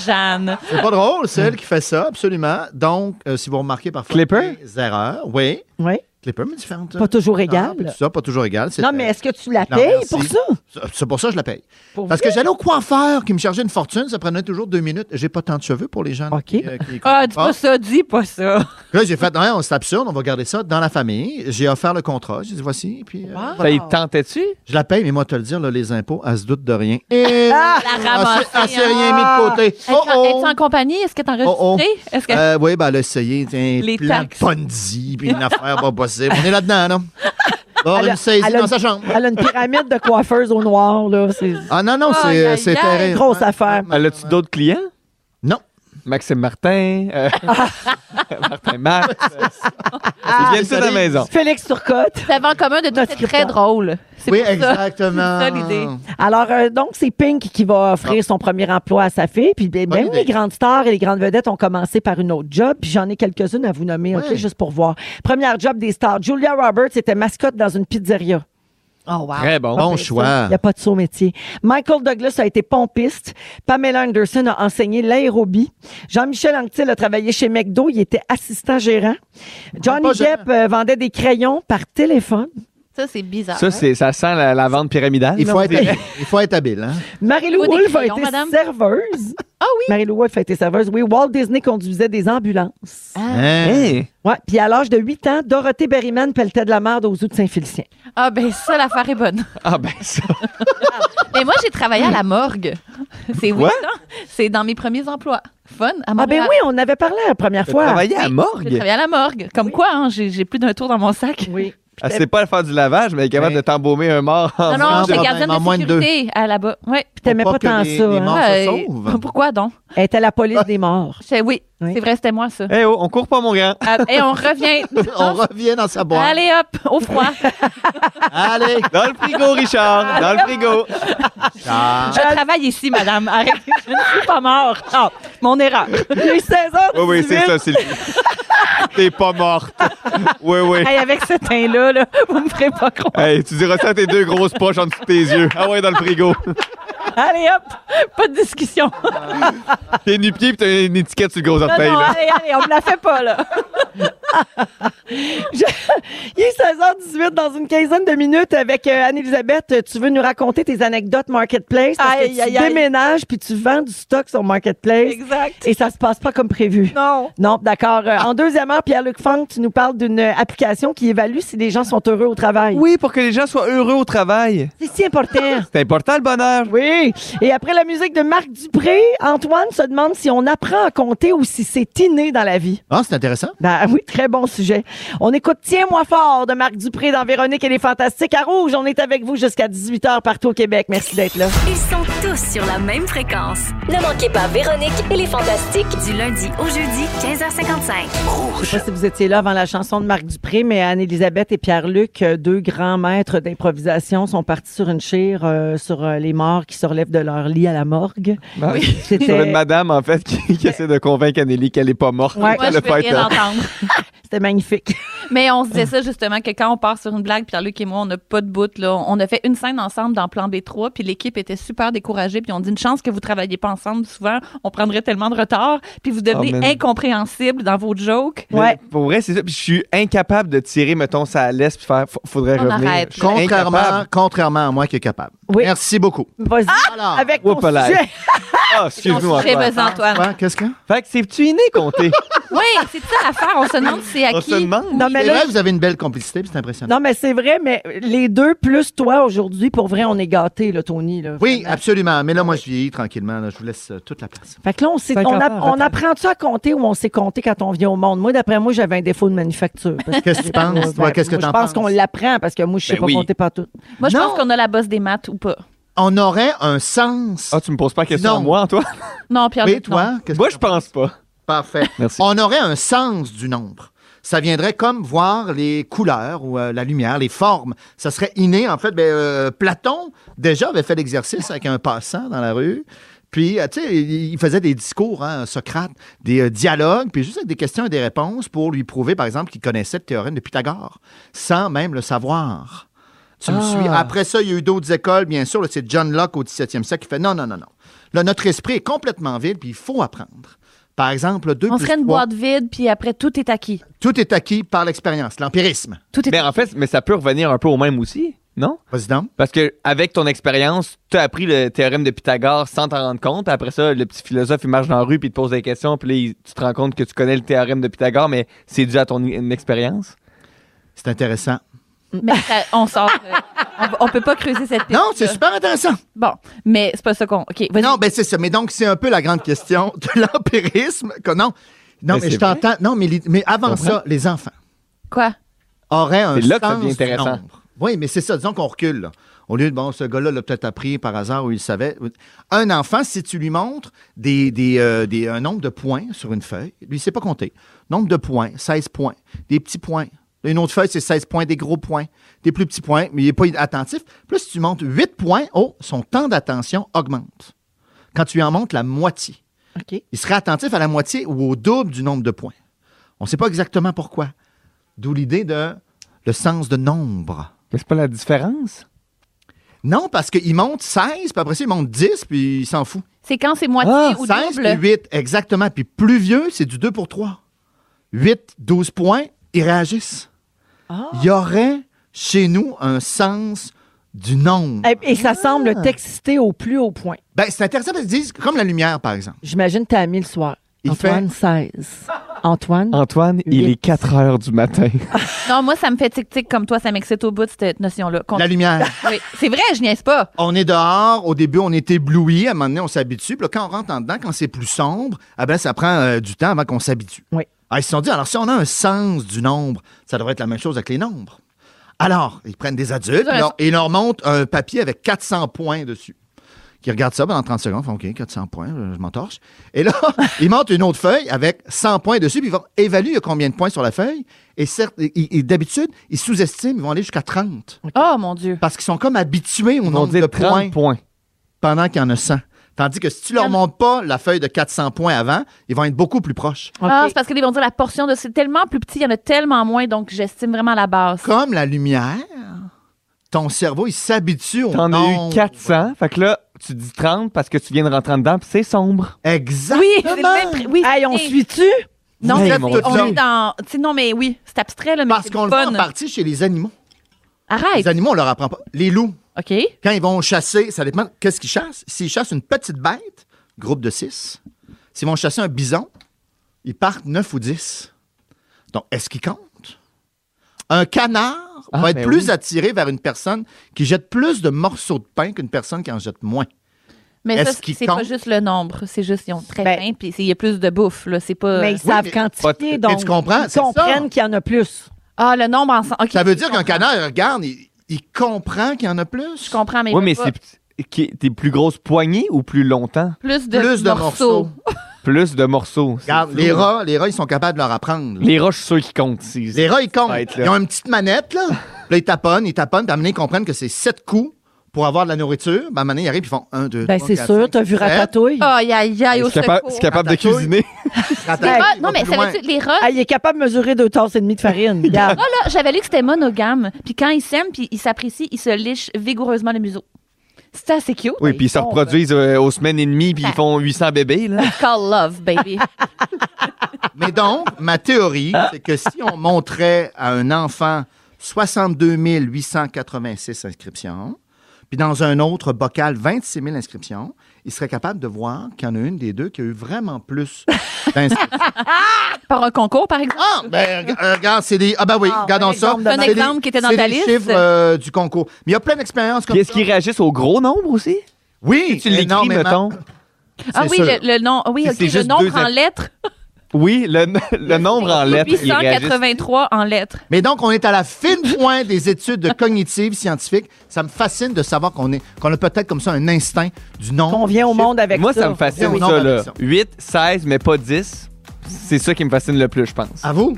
Jeanne. C'est pas drôle, c'est elle qui fait ça, absolument. Donc, euh, si vous remarquez parfois Clipper? des erreurs, oui. Oui. Clipper, mais différente. Pas toujours Non, Ah, mais égale. tout ça, pas toujours égal. c'est- Non, mais est-ce que tu la Non, payes merci. pour ça? C'est pour ça que je la paye. Pour Parce que j'allais au coiffeur qui me chargeait une fortune, ça prenait toujours deux minutes. J'ai pas tant de cheveux pour les gens. OK. qui, euh, qui- Ah, dis Ah. pas ça, dis pas ça. Là, j'ai fait, non, c'est absurde, on va garder ça dans la famille. J'ai offert le contrat, j'ai dit, voici, puis euh, Wow. Ça, il tentait-tu? je la paye, mais moi, te le dire, là, les impôts, elle se doute de rien. Et Ah, La ramasser, elle s'est hein. rien mis de côté. Est-ce Oh, oh. en compagnie? Est-ce que t'es enregistré? Oh, oh. Est-ce que. Euh, oui, ben, elle a essayé tiens, Les plein de taxes. Ponzi, puis une affaire pas possible. On est là-dedans, [LAUGHS] là. Bon, Elle a- une saisie elle a- dans sa chambre. Elle a une pyramide de coiffeuses au noir, là. C'est Ah non, non, Aïe, c'est aïe, c'est aïe, terrible. grosse affaire. Elle a-tu d'autres clients? Non. Maxime Martin, [LAUGHS] euh, [LAUGHS] Martin Max. euh, Ah, Ils viennent tous à la maison. Félix Turcotte. C'est en commun de tout, Notre c'est très critère. drôle. C'est Oui, pour ça. exactement. C'est ça, l'idée. Alors, euh, donc, c'est Pink qui va offrir son premier emploi à sa fille. Puis, ben, Ah. Bonne même idée. les grandes stars et les grandes vedettes ont commencé par une autre job. Puis, j'en ai quelques-unes à vous nommer, OK, Ouais. juste pour voir. Première job des stars. Julia Roberts était mascotte dans une pizzeria. Oh, wow. Très bon. Bon Il choix. n'y a pas de saut métier. Michael Douglas a été pompiste. Pamela Anderson a enseigné l'aérobie. Jean-Michel Anctil a travaillé chez McDo. Il était assistant gérant. Johnny pas gérant. Depp euh, vendait des crayons par téléphone. Ça, c'est bizarre. Ça, c'est, ça sent la, la vente pyramidale. Il faut, être, là. il faut être habile. Hein? Marie-Lou Pas des Wolfe a crayons, été madame. serveuse. Ah oui. Marie-Lou Wolfe a été serveuse. Oui, Walt Disney conduisait des ambulances. [LAUGHS] Ah. Hein? Hey. Ouais. Puis à l'âge de 8 ans, Dorothée Berryman pelletait de la merde aux zoos de Saint-Félicien. Ah, ben ça, l'affaire est bonne. [LAUGHS] Ah ben ça. Mais moi, j'ai travaillé à la morgue. C'est oui, Quoi? C'est dans mes premiers emplois. Fun. À Ah ben Montréal. oui, on avait parlé la première T'as fois. travaillé à J'ai morgue. travaillé à la morgue. Comme quoi, hein, j'ai j'ai plus d'un tour dans mon sac. Oui. Elle sait Ah, pas faire du lavage, mais elle est capable Ouais. de t'embaumer un mort. Non, Ah, en non, Ensemble, j'étais gardienne en de moins de deux. sécurité à là-bas. Ouais. T'aimais Pour pas, que tant les- ça. les hein. morts- Ah, Ouais, ça euh, [LAUGHS] sauve. Pourquoi donc? Elle était la police des morts. J'étais- Oui, Oui. c'est vrai, c'était moi, ça. Eh oh, on court pas, mon grand. Ah, Et on revient. On revient dans sa boîte. Allez hop, au froid. Allez. Dans le frigo, [LAUGHS] Richard. Dans le frigo. Ah. Je travaille ici, madame. Arrêtez, Ah, je ne suis pas mort. Ah, mon erreur. J'ai eu 16 ans. Oui, oui, c'est ça, Sylvie. T'es pas morte. Oui, oui. Hey, avec ce teint-là, là, vous me ferez pas croire. Hey, tu diras ça à tes deux grosses poches en dessous de tes yeux. Ah ouais, dans le frigo. Allez hop, pas de discussion. T'es nu-pied pis t'as une étiquette sur le gros Non, orteil, non, là. allez, allez, on me la fait pas, là. [LAUGHS] Il est 16h18 dans une quinzaine de minutes avec euh, Anne-Elisabeth. Euh, Tu veux nous raconter tes anecdotes Marketplace? Parce Aïe, que tu aïe, aïe. déménages puis tu vends du stock sur Marketplace. Exact. Et ça se passe pas comme prévu. Non. Non, d'accord. Euh, en deuxième heure, Pierre-Luc Funk, tu nous parles d'une euh, application qui évalue si les gens sont heureux au travail. Oui, pour que les gens soient heureux au travail. C'est si important. [LAUGHS] C'est important, le bonheur. Oui. Et après la musique de Marc Dupré, Antoine se demande si on apprend à compter ou si c'est inné dans la vie. Ah, c'est intéressant. Ben [LAUGHS] oui, très bon sujet. On écoute Tiens-moi fort de Marc Dupré dans Véronique et les Fantastiques à Rouge. On est avec vous jusqu'à 18h partout au Québec. Merci d'être là. Ils sont tous sur la même fréquence. Ne manquez pas Véronique et les Fantastiques. Du lundi au jeudi, 15h55. Je sais pas si vous étiez là avant la chanson de Marc Dupré, mais Anne-Élisabeth et Pierre-Luc, euh, deux grands maîtres d'improvisation, sont partis sur une chire euh, sur euh, les morts qui se relèvent de leur lit à la morgue. Ah Ben Oui. Sur [LAUGHS] une C'était madame, en fait, qui, qui essaie de convaincre Anneli qu'elle est pas morte. Ouais. Moi, qu'elle je a peux pas été- rien entendre. c'était magnifique. [LAUGHS] Mais on se disait ça justement que quand on part sur une blague, Pierre-Luc et moi, on n'a pas de bout. Là. On a fait une scène ensemble dans Plan B3, puis l'équipe était super découragée, puis on dit une chance que vous travaillez pas ensemble. Souvent, on prendrait tellement de retard, puis vous devenez Oh, man. incompréhensible dans vos jokes. Mais Ouais. Pour vrai, c'est ça. Puis je suis incapable de tirer, mettons, ça à l'est puis faire fa- faudrait On revenir. arrête. Je suis Contrairement, incapable. contrairement à moi qui est capable. Oui. Merci beaucoup. Vas-y. Ah! Alors, Avec ton Whoopalaï. sujet. [LAUGHS] Ah, excuse-nous J'ai encore. besoin, Antoine. quoi, qu'est-ce que? Fait que c'est-tu inné [LAUGHS] compter? Oui, c'est ça l'affaire. On se demande c'est à On qui. se demande. Non, mais C'est là, vrai, vous avez une belle complicité, puis c'est impressionnant. Non, mais c'est vrai, mais les deux plus toi aujourd'hui, pour vrai, on est gâtés, là, Tony. Là, Oui, vraiment. absolument. Mais là, moi, je vieillis tranquillement. là. Je vous laisse euh, toute la place. Fait que là, on, s'est- 50 on, a- ans, on apprend-tu à compter ou on s'est compté quand on vient au monde? Moi, d'après moi, j'avais un défaut de manufacture. Parce Qu'est-ce que tu que- penses? Toi, Qu'est-ce que moi, t'en je penses? pense qu'on l'apprend parce que moi, je sais Ben pas oui. compter partout. Moi, je Non. pense qu'on a la bosse des maths ou pas. On aurait un sens. Ah, tu me poses pas la question Non. à moi, toi? Non, Pierre-Luc. Oui, toi? qu'est-ce Moi, que- je pense pas. Parfait. Merci. On aurait un sens du nombre. Ça viendrait comme voir les couleurs ou euh, la lumière, les formes. Ça serait inné. En fait, ben, euh, Platon, déjà, avait fait l'exercice avec un passant dans la rue. Puis, euh, tu sais, il il faisait des discours, hein, Socrate, des euh, dialogues, puis juste avec des questions et des réponses pour lui prouver, par exemple, qu'il connaissait le théorème de Pythagore, sans même le savoir. Tu me suis. Ah. Après ça, il y a eu d'autres écoles, bien sûr. là, C'est John Locke au 17e siècle qui fait non, non, non, non. Là, notre esprit est complètement vide, puis il faut apprendre. Par exemple, 2 On plus ferait une 3, boîte vide, puis après, tout est acquis. tout est acquis par l'expérience, l'empirisme. Tout est Mais en fait, mais ça peut revenir un peu au même aussi, non? Vas-y donc. Parce que avec ton expérience, tu as appris le théorème de Pythagore sans t'en rendre compte. Après ça, le petit philosophe, il marche dans la rue puis il te pose des questions. Puis là, il- tu te rends compte que tu connais le théorème de Pythagore, mais c'est dû à ton i- une expérience. C'est intéressant. Mm. Mais ça- on sort. euh, on, on peut pas creuser cette piste. Non, c'est super intéressant. Bon, mais c'est pas ça qu'on. OK, vas-y. Non, ben c'est ça. Mais donc, c'est un peu la grande question de [LAUGHS] l'empirisme. que Non, non Ben, mais, Mais je c'est vrai. t'entends. Non, mais, li- mais avant ça, les enfants Quoi? auraient un C'est là que ça sens devient du intéressant. nombre. Oui, mais c'est ça. Disons qu'on recule. là. Au lieu de, bon, ce gars-là l'a peut-être appris par hasard ou il le savait. Un enfant, si tu lui montres des, des, euh, des- un nombre de points sur une feuille, lui, il sait pas compter. Nombre de points, 16 points, des petits points. Une autre feuille, c'est 16 points, des gros points, des plus petits points, mais il n'est pas attentif. Plus si tu montes 8 points, oh, son temps d'attention augmente. Quand tu lui en montes la moitié, OK. il serait attentif à la moitié ou au double du nombre de points. On ne sait pas exactement pourquoi. D'où l'idée de le sens de nombre. Mais c'est pas la différence? Non, parce qu'il monte 16, puis après ça, il monte 10, puis il s'en fout. C'est quand c'est moitié Ah, ou 16 double. puis 8, exactement. Puis plus vieux, c'est du 2 pour 3. 8, 12 points, ils réagissent. Ah. Il y aurait chez nous un sens du Ah. nombre. Et, et ça semble t'exciter au plus haut point. Ben, c'est intéressant parce qu'ils disent, comme la lumière, par exemple. J'imagine que t'as mis le soir. Il Antoine, 16. Antoine, Antoine, il Huit. est 4 heures du matin. Non, moi, ça me fait tic-tic comme toi, ça m'excite au bout de cette notion-là. Con- La lumière. Oui. C'est vrai, je niaise pas. On est dehors, au début, on est ébloui, à un moment donné, on s'habitue. Puis là, quand on rentre en dedans, quand c'est plus sombre, ah ben, ça prend euh, du temps avant qu'on s'habitue. Oui. Ah, ils se sont dit, alors si on a un sens du nombre, ça devrait être la même chose avec les nombres. Alors, ils prennent des adultes Ouais. leur- et ils leur montrent un papier avec 400 points dessus. Ils regardent ça pendant 30 secondes, ils font OK, 400 points, euh, je m'entorche. Et là, ils montent une autre feuille avec 100 points dessus, puis ils vont évaluer il y a combien de points sur la feuille. Et, certes, ils- ils- d'habitude, ils sous-estiment, ils vont aller jusqu'à 30 Oh mon Dieu. parce qu'ils sont comme habitués au On nombre dit de points 30 points. pendant qu'il y en a 100. Tandis que si tu leur montres pas la feuille de 400 points avant, ils vont être beaucoup plus proches. Ah, c'est parce que les vont dire la portion de c'est tellement plus petit, il y en a tellement moins, donc j'estime vraiment la base. Comme la lumière, ton cerveau, il s'habitue au T'en as nombre. eu 400. Fait que là, tu dis 30 parce que tu viens de rentrer en dedans, puis c'est sombre. Exactement. Oui, c'est le même prix. Oui, Ah. Hey, on c'est- suit-tu? Euh, Non, Hey, c'est- mon on Dieu. est dans. tu sais, non, mais oui, c'est abstrait, là, mais Parce c'est qu'on le fun. voit en partie chez les animaux. Les Arrête. animaux, on leur apprend pas. Les loups, OK. quand ils vont chasser, ça dépend qu'est-ce qu'ils chassent. S'ils chassent une petite bête, groupe de 6, s'ils vont chasser un bison, ils partent 9 ou 10. Donc, est-ce qu'ils comptent? Un canard Ah, va être ben plus oui. attiré vers une personne qui jette plus de morceaux de pain qu'une personne qui en jette moins. Mais Est-ce ça, qu'il c'est pas compte? juste le nombre. C'est juste, ils ont très Ben- faim, puis c'est- il y a plus de bouffe, là. C'est pas. Mais ils Oui, savent mais- quantifier, Mais donc tu comprends, ils c'est ça. comprennent qu'il y en a plus. Ah, le nombre ensemble. OK. Ça veut dire je qu'un comprends. canard, il regarde, il, il comprend qu'il y en a plus. Je comprends, mais. Oui, mais pas c'est p- qui- tes plus grosses poignées ou plus longtemps? Plus de, plus de morceaux. Plus de morceaux. C'est Regarde, flou. les rats, les rats, ils sont capables de leur apprendre. là. Les rats, je suis sûr qu'ils comptent. si- Les rats, ils comptent. Ça va être là. Ils ont une petite manette, [LAUGHS] là. Puis là, ils taponnent, ils taponnent, puis à un moment donné, ils comprennent que c'est sept coups pour avoir de la nourriture. Ben, à un moment donné, ils arrivent, ils font un, deux, Ben, trois, c'est quatre, sûr, cinq, t'as vu sept. Ratatouille? Ah. Oh, aïe, aïe, aïe, au C'est capable, secours. c'est capable de Ratatouille. cuisiner. [LAUGHS] Les Ratatouille, rats- ils non, vont mais plus loin. savais-tu, les rats, Ah, il est capable de mesurer deux tasses et demie de farine. Regarde. Moi, là, j'avais lu que c'était monogame. Puis quand ils s'aiment, puis ils s'apprécient, ils se lichent vigoureusement le museau. C'est assez cute. Oui, puis ils se Bon, reproduisent hein. euh, aux semaines et demie, puis ils font 800 bébés. Là. ben, Call love, [LAUGHS] baby. [LAUGHS] Mais donc, ma théorie, Ah. c'est que si on montrait à un enfant 62 886 inscriptions, puis dans un autre bocal 26 000 inscriptions, il serait capable de voir qu'il y en a une des deux qui a eu vraiment [LAUGHS] plus d'inscriptions. Par un concours, par exemple. Ah, ben, rega- euh, regarde, c'est des. Ah, ben oui, regardons ça. exemple de Un C'est exemple des- qui était dans c'est ta des liste. chiffres euh, du concours. Mais il y a plein d'expériences comme Puis est-ce ça. qu'ils réagissent au gros nombre aussi? Oui, Tu l'écris, énormément. mettons. Ah c'est oui, sûr. le, le nom. Oui, Si ok, c'est le juste nombre deux en ép- lettres. Oui, le, le nombre en lettres. ils réagissent. 883 en lettres. Mais donc, on est à la fine pointe des études de cognitives scientifiques. Ça me fascine de savoir qu'on est, qu'on a peut-être comme ça un instinct du nombre. On vient au monde avec Moi, ça. ça, me fascine, Oui, oui. ça, Non, là. avec ça. 8, 16, mais pas 10. C'est ça qui me fascine le plus, je pense. À vous?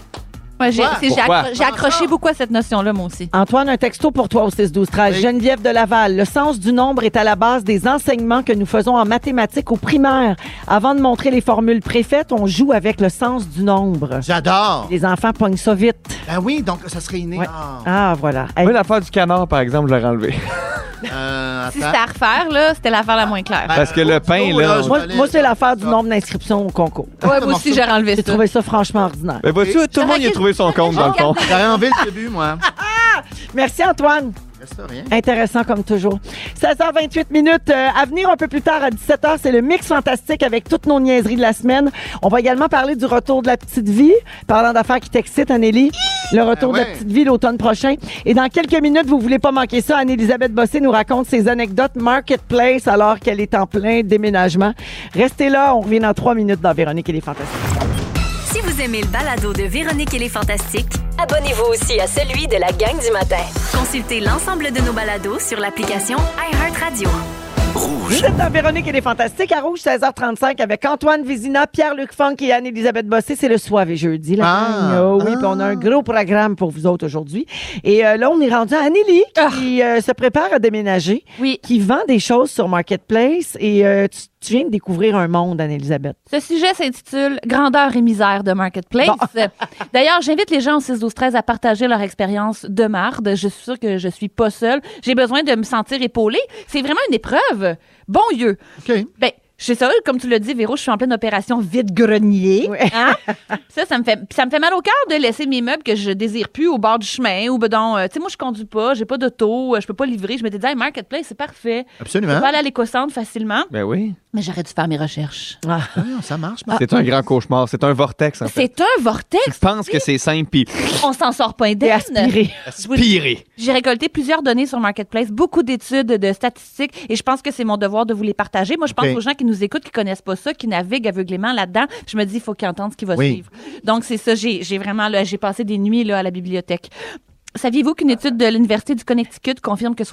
Ouais, j'ai, Pourquoi? c'est- j'ai Pourquoi? accro- j'ai accroché beaucoup à cette notion-là, moi aussi. Antoine, un texto pour toi au 6-12-13. Oui. Geneviève de Laval, le sens du nombre est à la base des enseignements que nous faisons en mathématiques au primaire. Avant de montrer les formules préfaites, on joue avec le sens du nombre. J'adore. Les enfants pognent ça vite. Ben oui, donc ça serait inné. Ouais. Ah, Ah, voilà. Hey, Moi, l'affaire du canard, par exemple, je l'aurais enlevé. euh, Si attends. c'était à refaire, là, c'était l'affaire la moins claire. Parce que le pain, oh, là. là, on- moi, je vais moi, aller- c'est l'affaire du nombre d'inscriptions au concours. ouais, moi aussi, morceau. j'aurais enlevé J'ai ça. trouvé ça franchement ordinaire. Mais ben, vois-tu, tout le monde y a trouvé son compte, dans le fond. J'aurais enlevé le début, moi. Merci, Antoine. Reste rien. Intéressant comme toujours. 16h28 minutes. euh, à venir un peu plus tard à 17h, c'est le mix fantastique avec toutes nos niaiseries de la semaine. On va également parler du retour de la petite vie. Parlant d'affaires qui t'excitent, Anneli. Le retour Ah ouais. de la petite vie l'automne prochain. Et dans quelques minutes, vous voulez pas manquer ça, Anne-Elisabeth Bossé nous raconte ses anecdotes Marketplace alors qu'elle est en plein déménagement. Restez là, on revient dans trois minutes dans Véronique et les Fantastiques. Si vous Vous aimez le balado de Véronique et les Fantastiques? Abonnez-vous aussi à celui de la gang du matin. Consultez l'ensemble de nos balados sur l'application iHeartRadio. Vous êtes dans Véronique et les Fantastiques à Rouge, 16h35, avec Antoine Vézina, Pierre-Luc Funk et Anne-Élisabeth Bossé. C'est le soir et jeudi, la Ah, gang. Oh oui, ah. puis on a un gros programme pour vous autres aujourd'hui. Et euh, là, on est rendu à Anneli, Ah. qui euh, se prépare à déménager, Oui. qui vend des choses sur Marketplace. Et euh, tu, tu viens de découvrir un monde, Anne-Élisabeth. Ce sujet s'intitule Grandeur et misère de Marketplace. [LAUGHS] D'ailleurs, j'invite les gens au 6 12 13 à partager leur expérience de marde. Je suis sûre que je suis pas seule. J'ai besoin de me sentir épaulée. C'est vraiment une épreuve. Bon Dieu. OK. Ben, je suis sérieuse, comme tu l'as dit, Véro, je suis en pleine opération vide-grenier. Oui. Hein? [LAUGHS] ça, ça me, fait, ça me fait mal au cœur de laisser mes meubles que je désire plus au bord du chemin ou ben donc, euh, tu sais, moi, je conduis pas, j'ai pas d'auto, euh, je peux pas livrer. Je m'étais dit, Hey, Marketplace, c'est parfait. Je Absolument. peux aller à l'éco-centre facilement. Ben oui. Mais j'aurais dû faire mes recherches. Ah, non, ça marche. Marc. C'est un grand cauchemar. C'est un vortex, en fait. Ah, C'est un vortex. Tu penses que c'est simple, puis On s'en sort pas T'es indemne. aspirée. aspirer. J'ai récolté plusieurs données sur Marketplace, beaucoup d'études, de statistiques, et je pense que c'est mon devoir de vous les partager. Moi, je pense Ok. aux gens qui nous écoutent, qui connaissent pas ça, qui naviguent aveuglément là-dedans. Je me dis, il faut qu'ils entendent ce qui va Oui. suivre. Donc, c'est ça, j'ai j'ai vraiment, là, j'ai passé des nuits là, à la bibliothèque. Saviez-vous qu'une étude de l'Université du Connecticut confirme que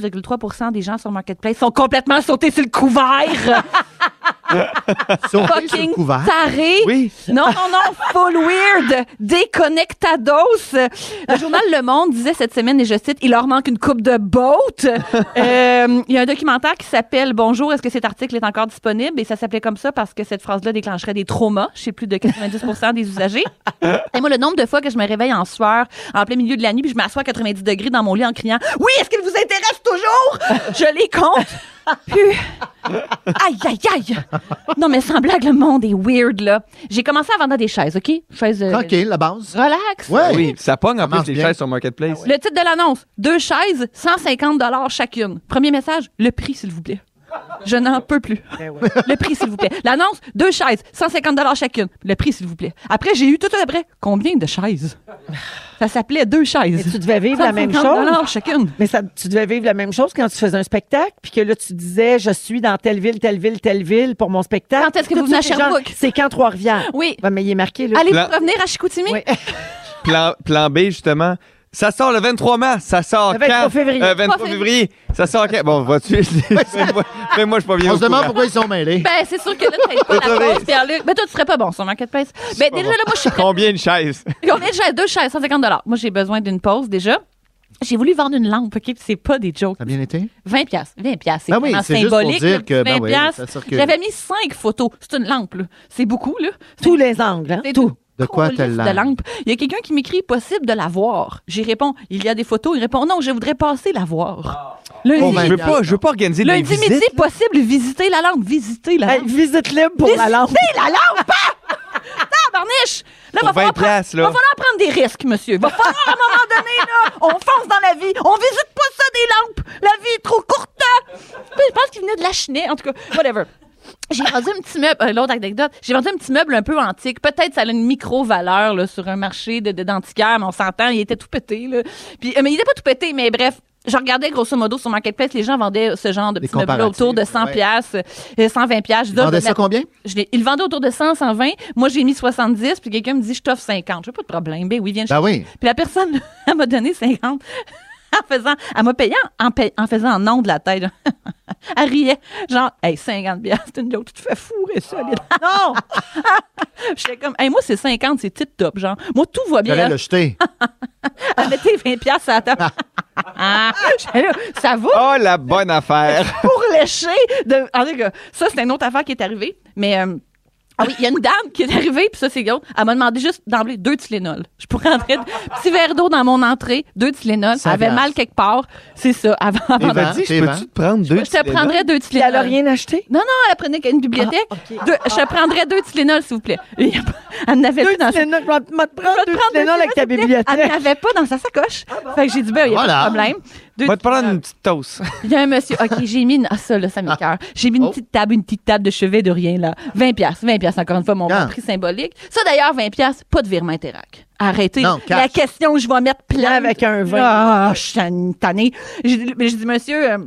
72,3 des gens sur Marketplace sont complètement sautés sur [LAUGHS] le couvert? Sauter sur Fucking le couvert. tarés! Oui. Non, non, non, full weird, déconnectados. Le journal Le Monde disait cette semaine, et je cite, il leur manque une coupe de boat. Euh, Il y a un documentaire qui s'appelle Bonjour, est-ce que cet article est encore disponible? Et ça s'appelait comme ça parce que cette phrase-là déclencherait des traumas chez plus de 90 des usagers. Et moi, le nombre de fois que je me réveille en sueur, en plein milieu de la nuit, puis je m'assois à 90 degrés dans mon lit en criant Oui, est-ce qu'il vous intéresse toujours? Je les compte. Puis, aïe, aïe, aïe. Non, mais sans blague, le monde est weird, là. J'ai commencé à vendre des chaises, OK? Chaises. euh, Tranquille, la base. Relax. Ouais. Oui, ça pogne en plus marche les bien. chaises sur Marketplace. Le titre de l'annonce deux chaises, 150 chacune. Premier message le prix, s'il vous plaît. Je n'en peux [LAUGHS] plus. Ben Le prix, s'il vous plaît. L'annonce, deux chaises, 150 chacune. Le prix, s'il vous plaît. Après, j'ai eu tout après. Combien de chaises? Ça s'appelait deux Mais chaises. tu devais vivre la même 150 chose. chacune. Mais ça, tu devais vivre la même chose quand tu faisais un spectacle, puis que là, tu disais, je suis dans telle ville, telle ville, telle ville pour mon spectacle. Quand est-ce que Tout vous venez ça, à c'est genre, Sherbrooke? C'est quand Trois-Rivières. Oui. Ouais, mais il est marqué, là. Allez-vous Plan- revenir à Chicoutimi? Oui. Plan, plan B, justement. Ça sort le 23 mars, ça sort Le 23 quand? février. Euh, 23 Pas février. Ça sort quand? Bon, vas-tu? Fais-moi, fais-moi, je suis pas bien On au se demande courant. pourquoi ils sont mêlés. Ben, c'est sûr que là, [LAUGHS] t'as pas la Désolé. pause, Pierre-Luc. Ben, toi, tu serais pas bon sur Marketplace. Ben, déjà, là, moi, je suis [LAUGHS] Combien de chaises? Combien de chaises? Deux chaises, 150 Moi, j'ai besoin d'une pause déjà. J'ai voulu vendre une lampe, OK? Puis c'est pas des jokes. Ça a bien été? 20 piastres. 20 piastres, c'est Ben oui, vraiment c'est juste pour symbolique. dire là, que, ben 20 oui, piastres. ça circule. J'avais mis 5 photos. C'est une lampe, là. C'est beaucoup, là. Tous les angles, hein? C'est Tout. De quoi Colisse telle de lampe? lampe. Il y a quelqu'un qui m'écrit possible de la voir. J'y réponds, il y a des photos. Il répond non, je voudrais passer la voir. Lundi, Oh, ben, Je veux pas, je veux pas organiser des lundi visites. midi, possible visiter la lampe. Visiter la Hey, lampe. visite libre pour la lampe. Visiter la lampe! hein? [LAUGHS] Tabarniche! Là, va Pour 20 falloir, prendre, piastres, là. va falloir prendre des risques, monsieur. Va falloir, à un moment donné, là, on fonce dans la vie. On visite pas ça, des lampes. La vie est trop courte. hein? Puis, Je pense qu'il venait de la Chenet, en tout cas. Whatever. J'ai vendu un petit meuble, euh, l'autre anecdote, j'ai vendu un petit meuble un peu antique. Peut-être ça a une micro-valeur là, sur un marché de, de d'antiquaires, mais on s'entend, il était tout pété. Là. Puis, euh, mais il était pas tout pété, mais bref, je regardais grosso modo sur Marketplace, les gens vendaient ce genre de Des petits meubles autour de 100 comparatifs, ouais. piastres, euh, 120 piastres. Je Ils vendaient disais, ça combien? je l'ai- il le vendait autour de 100, 120. Moi, j'ai mis 70, puis quelqu'un me dit, je t'offre 50. Je pas de problème. Ben oui, viens Ben chercher. oui. Puis la personne, [LAUGHS] elle m'a donné 50 [LAUGHS] en faisant, elle m'a payé en, en pay- en faisant un nom de la tête. [LAUGHS] elle riait. Genre, hey, 50 bières, c'est une joke, tu te fais fourrer solide. Ah. [LAUGHS] non! J'étais comme, hey, moi, c'est 50, c'est tip top. Genre, moi, tout va bien. J'allais le jeter. Elle mettait 20 piastres à la [LAUGHS] table. ah, j'étais là, ça va? Oh, la bonne affaire! [LAUGHS] pour lécher. De... En tout cas, ça, c'est une autre affaire qui est arrivée. Mais. euh, Ah oui, il y a une dame qui est arrivée, puis ça, c'est gros. Elle m'a demandé juste d'emblée deux Tylenol. Je pourrais entrer. Petit verre d'eau dans mon entrée, deux Tylenol. Ça Elle avait glace. mal quelque part. C'est ça, avant. Et ben, avant- Elle [LAUGHS] m'a vent, dit, c'est je peux-tu vent. te prendre deux Je te Tylenol? prendrais deux Puis elle Tylenol. a rien Ah, acheté? Non, non, elle prenait qu'à une bibliothèque. Deux- je prendrais deux Tylenol, s'il vous plaît. Et Elle n'avait Deux plus dans sa Tylenol. Je vais te- je vais te Je vais prendre te deux prendre deux Tylenol avec ta Tylenol, s'il te plaît. Elle bibliothèque. Ah n'avait pas dans sa sacoche. Fait que j'ai dit, ben, il n'y a Voilà. pas de problème. Deux Va te prendre une petite [LAUGHS] toast. Il y a un monsieur. OK, j'ai mis une. Ah, ça, là, ça m'écoeure. J'ai mis une Oh. petite table, une petite table de chevet de rien, là. 20 piastres, 20 piastres, encore une fois, mon Ah. prix symbolique. Ça, d'ailleurs, 20 piastres, pas de virement Interac. Arrêtez. Non, La cash. question, je vais mettre plein. avec un vin. Ah, je suis tan- tannée. J'ai dit, mais j'ai dit, monsieur. euh,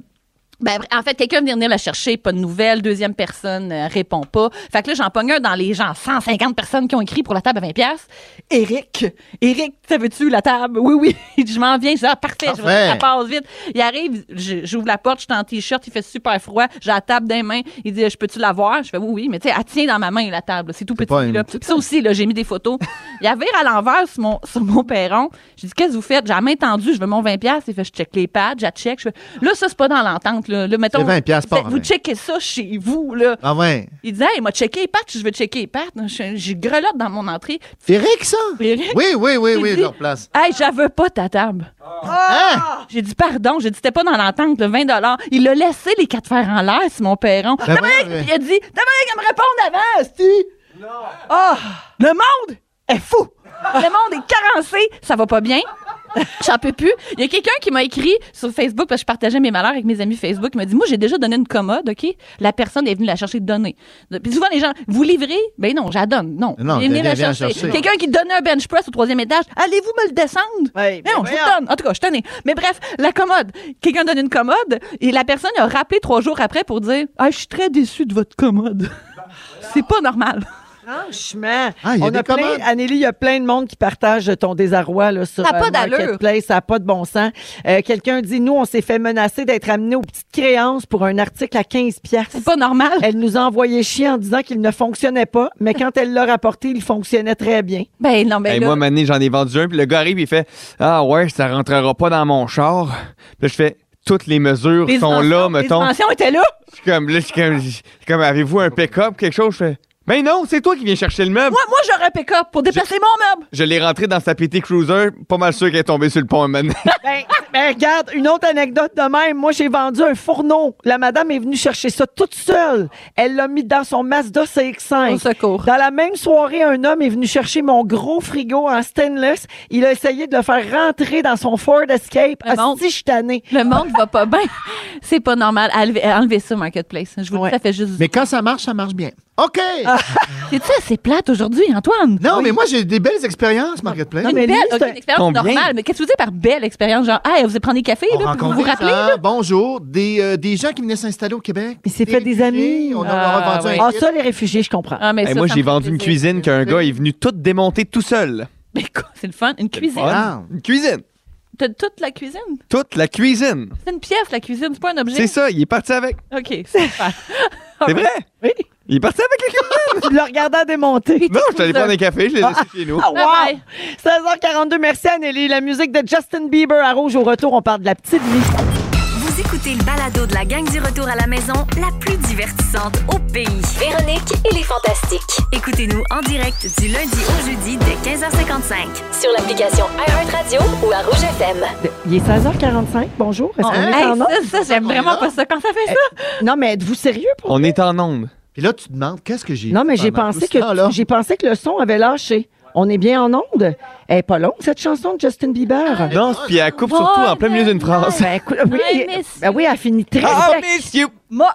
Ben, en fait, quelqu'un vient venir le chercher, pas de nouvelles, deuxième personne euh, répond pas. Fait que là, j'en pogne un dans les gens, 150 personnes qui ont écrit pour la table à 20 pièces. Eric, Eric, savais-tu la table? Oui, oui. [LAUGHS] Il dit, je m'en viens. Je dis, ah, parfait, je vais Parfait. ça passe vite. Il arrive, je- j'ouvre la porte, je suis en t-shirt, il fait super froid, j'ai la table dans les mains. Il dit, je peux-tu la voir? Je fais, oui, oui, mais tu sais, elle tient dans ma main, la table. C'est tout pas petit, une- là. Puis ça aussi, là, j'ai mis [LAUGHS] des photos. Il y avait à l'envers sur mon, sur mon perron. J'ai dit, qu'est-ce que vous faites? J'ai la main tendue, je veux mon 20$. piastres. Il fait, je check les pads, je la check. Je fais, là, ça, c'est pas dans l'entente. Là. Là, mettons, C'est 20 piastres vous, par vous main. checkez ça chez vous. Là. Ah ouais. Il disait, hey, il m'a checké les pattes, je veux checker les pattes. Je, je grelotte dans mon entrée. Eric, ça? Eric? Oui, oui, oui, Il oui, dit- je le replace. Hey, j'avais pas ta table. Ah! Hein? J'ai dit pardon, j'ai dit t'es pas dans l'entente, le 20 Il l'a laissé les quatre fers en l'air, c'est mon perron. Ben Dominique! ouais, ouais. Il a dit Dominique, elle me répond avant, tu Non! Ah! le monde est fou! le monde est carencé, ça va pas bien. [LAUGHS] J'en peux plus. Il y a quelqu'un qui m'a écrit sur Facebook parce que je partageais mes malheurs avec mes amis Facebook. Il m'a dit Moi, j'ai déjà donné une commode, OK? La personne est venue la chercher donnée. Puis souvent, les gens, vous livrez? Ben non, je la donne. Non. Non, Elle est venue viens- la viens chercher. chercher. Quelqu'un qui donnait un bench press au troisième étage, allez-vous me le descendre? Ouais, ben non, je vous voyons. le donne. En tout cas, je tenais. Mais bref, la commode. Quelqu'un donne une commode et la personne a rappelé trois jours après pour dire Ah, je suis très déçu de votre commode. [LAUGHS] C'est pas normal. Franchement, Ah, il y a on des a plein, commandes. Anneli, il y a plein de monde qui partagent ton désarroi là, sur Ça euh, a pas d'allure. Marketplace. Ça n'a pas de bon sens. Euh, Quelqu'un dit, nous, on s'est fait menacer d'être amené aux petites créances pour un article à 15 piastres. C'est pas normal. Elle nous a envoyé chier en disant qu'il ne fonctionnait pas, mais quand elle l'a rapporté, il fonctionnait très bien. Ben non, mais Hey, là, moi, mané, j'en ai vendu un, puis le gars arrive, il fait Ah ouais, ça rentrera pas dans mon char. Puis là, je fais Toutes les mesures les sont dimensions- là, Les mettons. dimensions étaient là. Je suis comme, là, je suis comme, je suis comme avez-vous un pick-up, quelque chose? Je fais Mais non, c'est toi qui viens chercher le meuble. Moi, moi j'aurais un pick-up pour déplacer mon meuble. Je l'ai rentré dans sa PT Cruiser, pas mal sûr qu'elle est tombée sur le pont, [LAUGHS] man. Ben, ben, regarde, une autre anecdote de même. Moi, j'ai vendu un fourneau. La madame est venue chercher ça toute seule. Elle l'a mis dans son Mazda CX-5. Au secours. Dans la même soirée, un homme est venu chercher mon gros frigo en stainless. Il a essayé de le faire rentrer dans son Ford Escape. Mais Ah, bon. si, je suis tannée. Le monde va pas bien. [LAUGHS] C'est pas normal. Enlevez, enlevez ça, Marketplace. Je vous le Ouais. dis, ça fait juste. Mais quand ça marche, ça marche bien. OK! Ah, T'es-tu assez plate aujourd'hui, Antoine? Non, mais moi, j'ai des belles expériences, Marketplace. Non, mais Belle, lui, ok, c'est un- une expérience Combien? normale. Mais qu'est-ce que vous dites par belle expérience? Genre, hey, vous allez prendre des cafés, On là, puis vous rencontre vous des rappelez? gens, bonjour, des, euh, des gens qui venaient s'installer au Québec. Il s'est fait des amis. réfugiés, On en Ah, a revendu ouais. un Ah, kit. ça, les réfugiés, je comprends. Ah, mais Hey, ça, moi, ça j'ai me fait vendu une plaisir. cuisine qu'un gars est venu tout démonter tout seul. [LAUGHS] Mais quoi, c'est le fun. Une cuisine. Ah. Une cuisine. T'as toute la cuisine? Toute la cuisine. C'est une pièce, la cuisine, Ah c'est pas un objet. C'est ça, il est parti avec. OK, super. C'est vrai? Oui. Il est parti avec la [LAUGHS] cuisine. Tu le regardant démonter. Non, je suis allé prendre un café, je l'ai laissé chez nous. Ah, wow! Bye-bye. 16h42, merci Anneli. La musique de Justin Bieber à Rouge au retour. On parle de la petite vie. Vous écoutez le balado de la gang du retour à la maison, la plus divertissante au pays. Véronique et les Fantastiques. Écoutez-nous en direct du lundi au jeudi dès 15h55. Sur l'application iHeartRadio ou à Rouge FM. Il est 16h45. Bonjour. Est-ce On- qu'on est [LAUGHS] Hey, en ordre? ça, ça, j'aime vraiment pas ça. Quand ça fait ça? Non, mais êtes-vous sérieux pour On est en onde. Puis là, tu te demandes, qu'est-ce que j'ai Non, mais fait j'ai pendant pensé tout ce hein, temps-là? que j'ai pensé que le son avait lâché. On est bien en onde. Elle est pas longue, cette chanson de Justin Ah, Bieber. Non, puis elle coupe surtout en plein milieu d'une phrase. Ben, écoute, oui, I miss ben oui, elle finit très Ah, sec. miss you! Moi,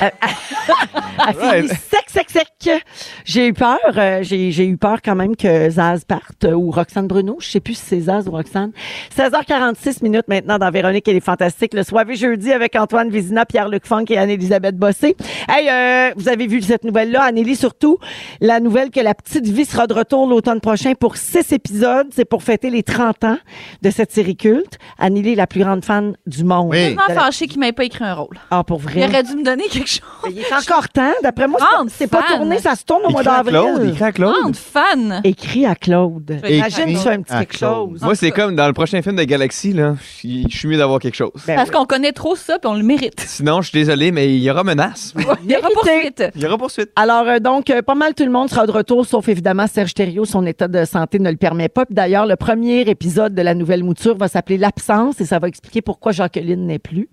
Elle finit Right. Ah, sec, sec, sec. J'ai eu peur. euh, j'ai, j'ai eu peur quand même que Zaz parte euh, ou Roxane Bruno. Je sais plus si c'est Zaz ou Roxane. 16h46 minutes maintenant dans Véronique et les Fantastiques. Le soirée jeudi avec Antoine Vézina, Pierre-Luc Funk et Anne-Élisabeth Bossé. Hey, euh, vous avez vu cette nouvelle-là, Annélie surtout. La nouvelle que La Petite Vie sera de retour l'automne prochain pour six épisodes. C'est pour fêter les 30 ans de cette série culte. Annélie est la plus grande fan du monde. Oui. tellement De la- fâché qu'il m'ait pas écrit un rôle. Ah, pour Il vrai. aurait dû me donner quelque chose. Mais Il est encore temps. D'après moi, c'est pas- Grande c'est pas, fan. tourné, ça se tourne au Il mois crie à Claude, il d'avril. crie à Oh, Claude. fan. Écris à Claude. Écris Imagine, tu fais un petit à quelque Claude. chose. Moi, c'est comme dans le prochain film de Galaxy, là. Je je suis mieux d'avoir quelque chose. Ben Parce oui. qu'on connaît trop ça, puis on le [LAUGHS] mérite. Sinon, je suis désolé, mais il y aura menace. Il y aura Mérité. poursuite. Il y aura poursuite. Alors, euh, donc, euh, pas mal tout le monde sera de retour, sauf évidemment Serge Thériault. Son état de santé ne le permet pas. Puis D'ailleurs, le premier épisode de la nouvelle mouture va s'appeler L'absence et ça va expliquer pourquoi Jacqueline n'est plus.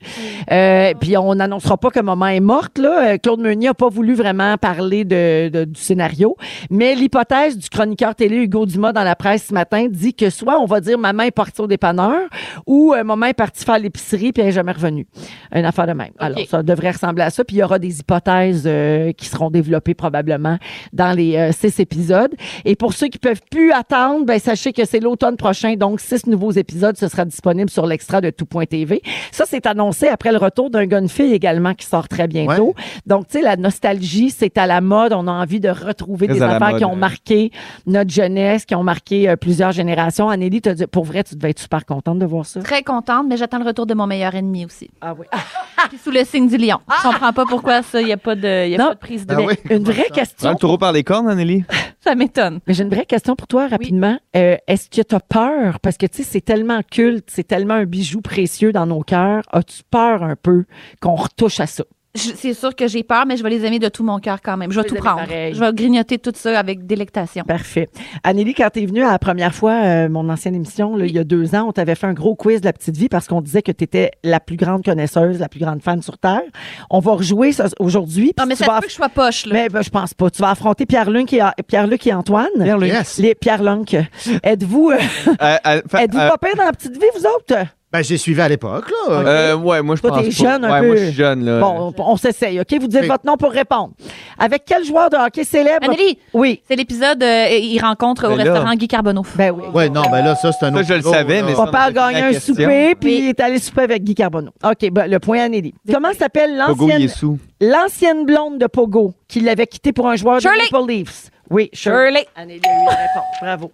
Euh, puis on n'annoncera pas que maman est morte, morte. Là. Euh, Claude Meunier n'a pas voulu vraiment parler de, de- du scénario, mais l'hypothèse du chroniqueur télé Hugo Dumas dans la presse ce matin dit que soit on va dire maman est partie au dépanneur ou euh, maman est partie faire l'épicerie puis elle n'est jamais revenue. Une affaire de même. Alors, ça devrait ressembler à ça. Puis il y aura des hypothèses euh, qui seront développées probablement dans les euh, six épisodes. Et pour ceux qui peuvent plus attendre, ben, sachez que c'est l'automne prochain, donc six nouveaux épisodes, ce sera disponible sur l'extra de tout.tv. Ça, c'est annoncé après le retour d'un gars, une fille également qui sort très bientôt. Donc, tu sais, la nostalgie, c'est à la mode. On a envie de retrouver Très des à la affaires qui mode, ont hein. marqué notre jeunesse, qui ont marqué euh, plusieurs générations. Anélie, t'as dit- pour vrai, tu devais être super contente de voir ça. Très contente, mais j'attends le retour de mon meilleur ennemi aussi. Ah oui. Puis sous le signe du lion. Je comprends pas pourquoi ça, il n'y a pas de, y a Non. pas de prise de Ah bec. oui. Une vraie Prends question. le taureau par les cornes, hein, [LAUGHS] Anneli. Ça m'étonne. Mais j'ai une vraie question pour toi rapidement. Euh, Est-ce que tu as peur? Parce que, tu sais, c'est tellement culte, c'est tellement un bijou précieux dans nos cœurs. As-tu peur un peu qu'on retouche à ça? Je- C'est sûr que j'ai peur, mais je vais les aimer de tout mon cœur quand même. Je vais les tout aimes prendre. pareil. Je vais grignoter tout ça avec délectation. Parfait. Anélie, quand t'es venue à la première fois, euh, mon ancienne émission, là, il y a deux ans, on t'avait fait un gros quiz de la petite vie parce qu'on disait que t'étais la plus grande connaisseuse, la plus grande fan sur Terre. On va rejouer ça aujourd'hui. puis Non, mais tu ça vas se peut que je sois poche, là. Mais ben, je pense pas. Tu vas affronter Pierre-Luc et, euh, Pierre-Luc et Antoine. Luc. Yes. Les Pierre-Luc. Êtes-vous euh, Euh, euh, fa- êtes-vous euh, pas pire dans la petite vie, vous autres? Ben, j'ai suivi à l'époque, là. euh, ouais, moi je Toi, pense t'es pas. jeune un ouais, peu. moi je suis jeune là. Bon, on, on s'essaye, OK? Vous dites Mais- votre nom pour répondre. Avec quel joueur de hockey célèbre? Anneli, Oui. c'est l'épisode, euh, il rencontre au Mais là- restaurant Guy Carbonneau. Ben oui. Ouais, non, ben là, ça, c'est un Ça, autre. je le niveau, savais, là. mais Oh, ça- Papa a on a fait gagné la un question. souper, puis Oui. il est allé souper avec Guy Carbonneau. OK, ben, le point à Nelly. Comment s'appelle Pogo, il est l'ancienne, sous. l'ancienne blonde de Pogo qui l'avait quitté pour un joueur Shirley. de Maple Leafs? Oui, Shirley. Shirley. Anneli a eu la réponse. Bravo.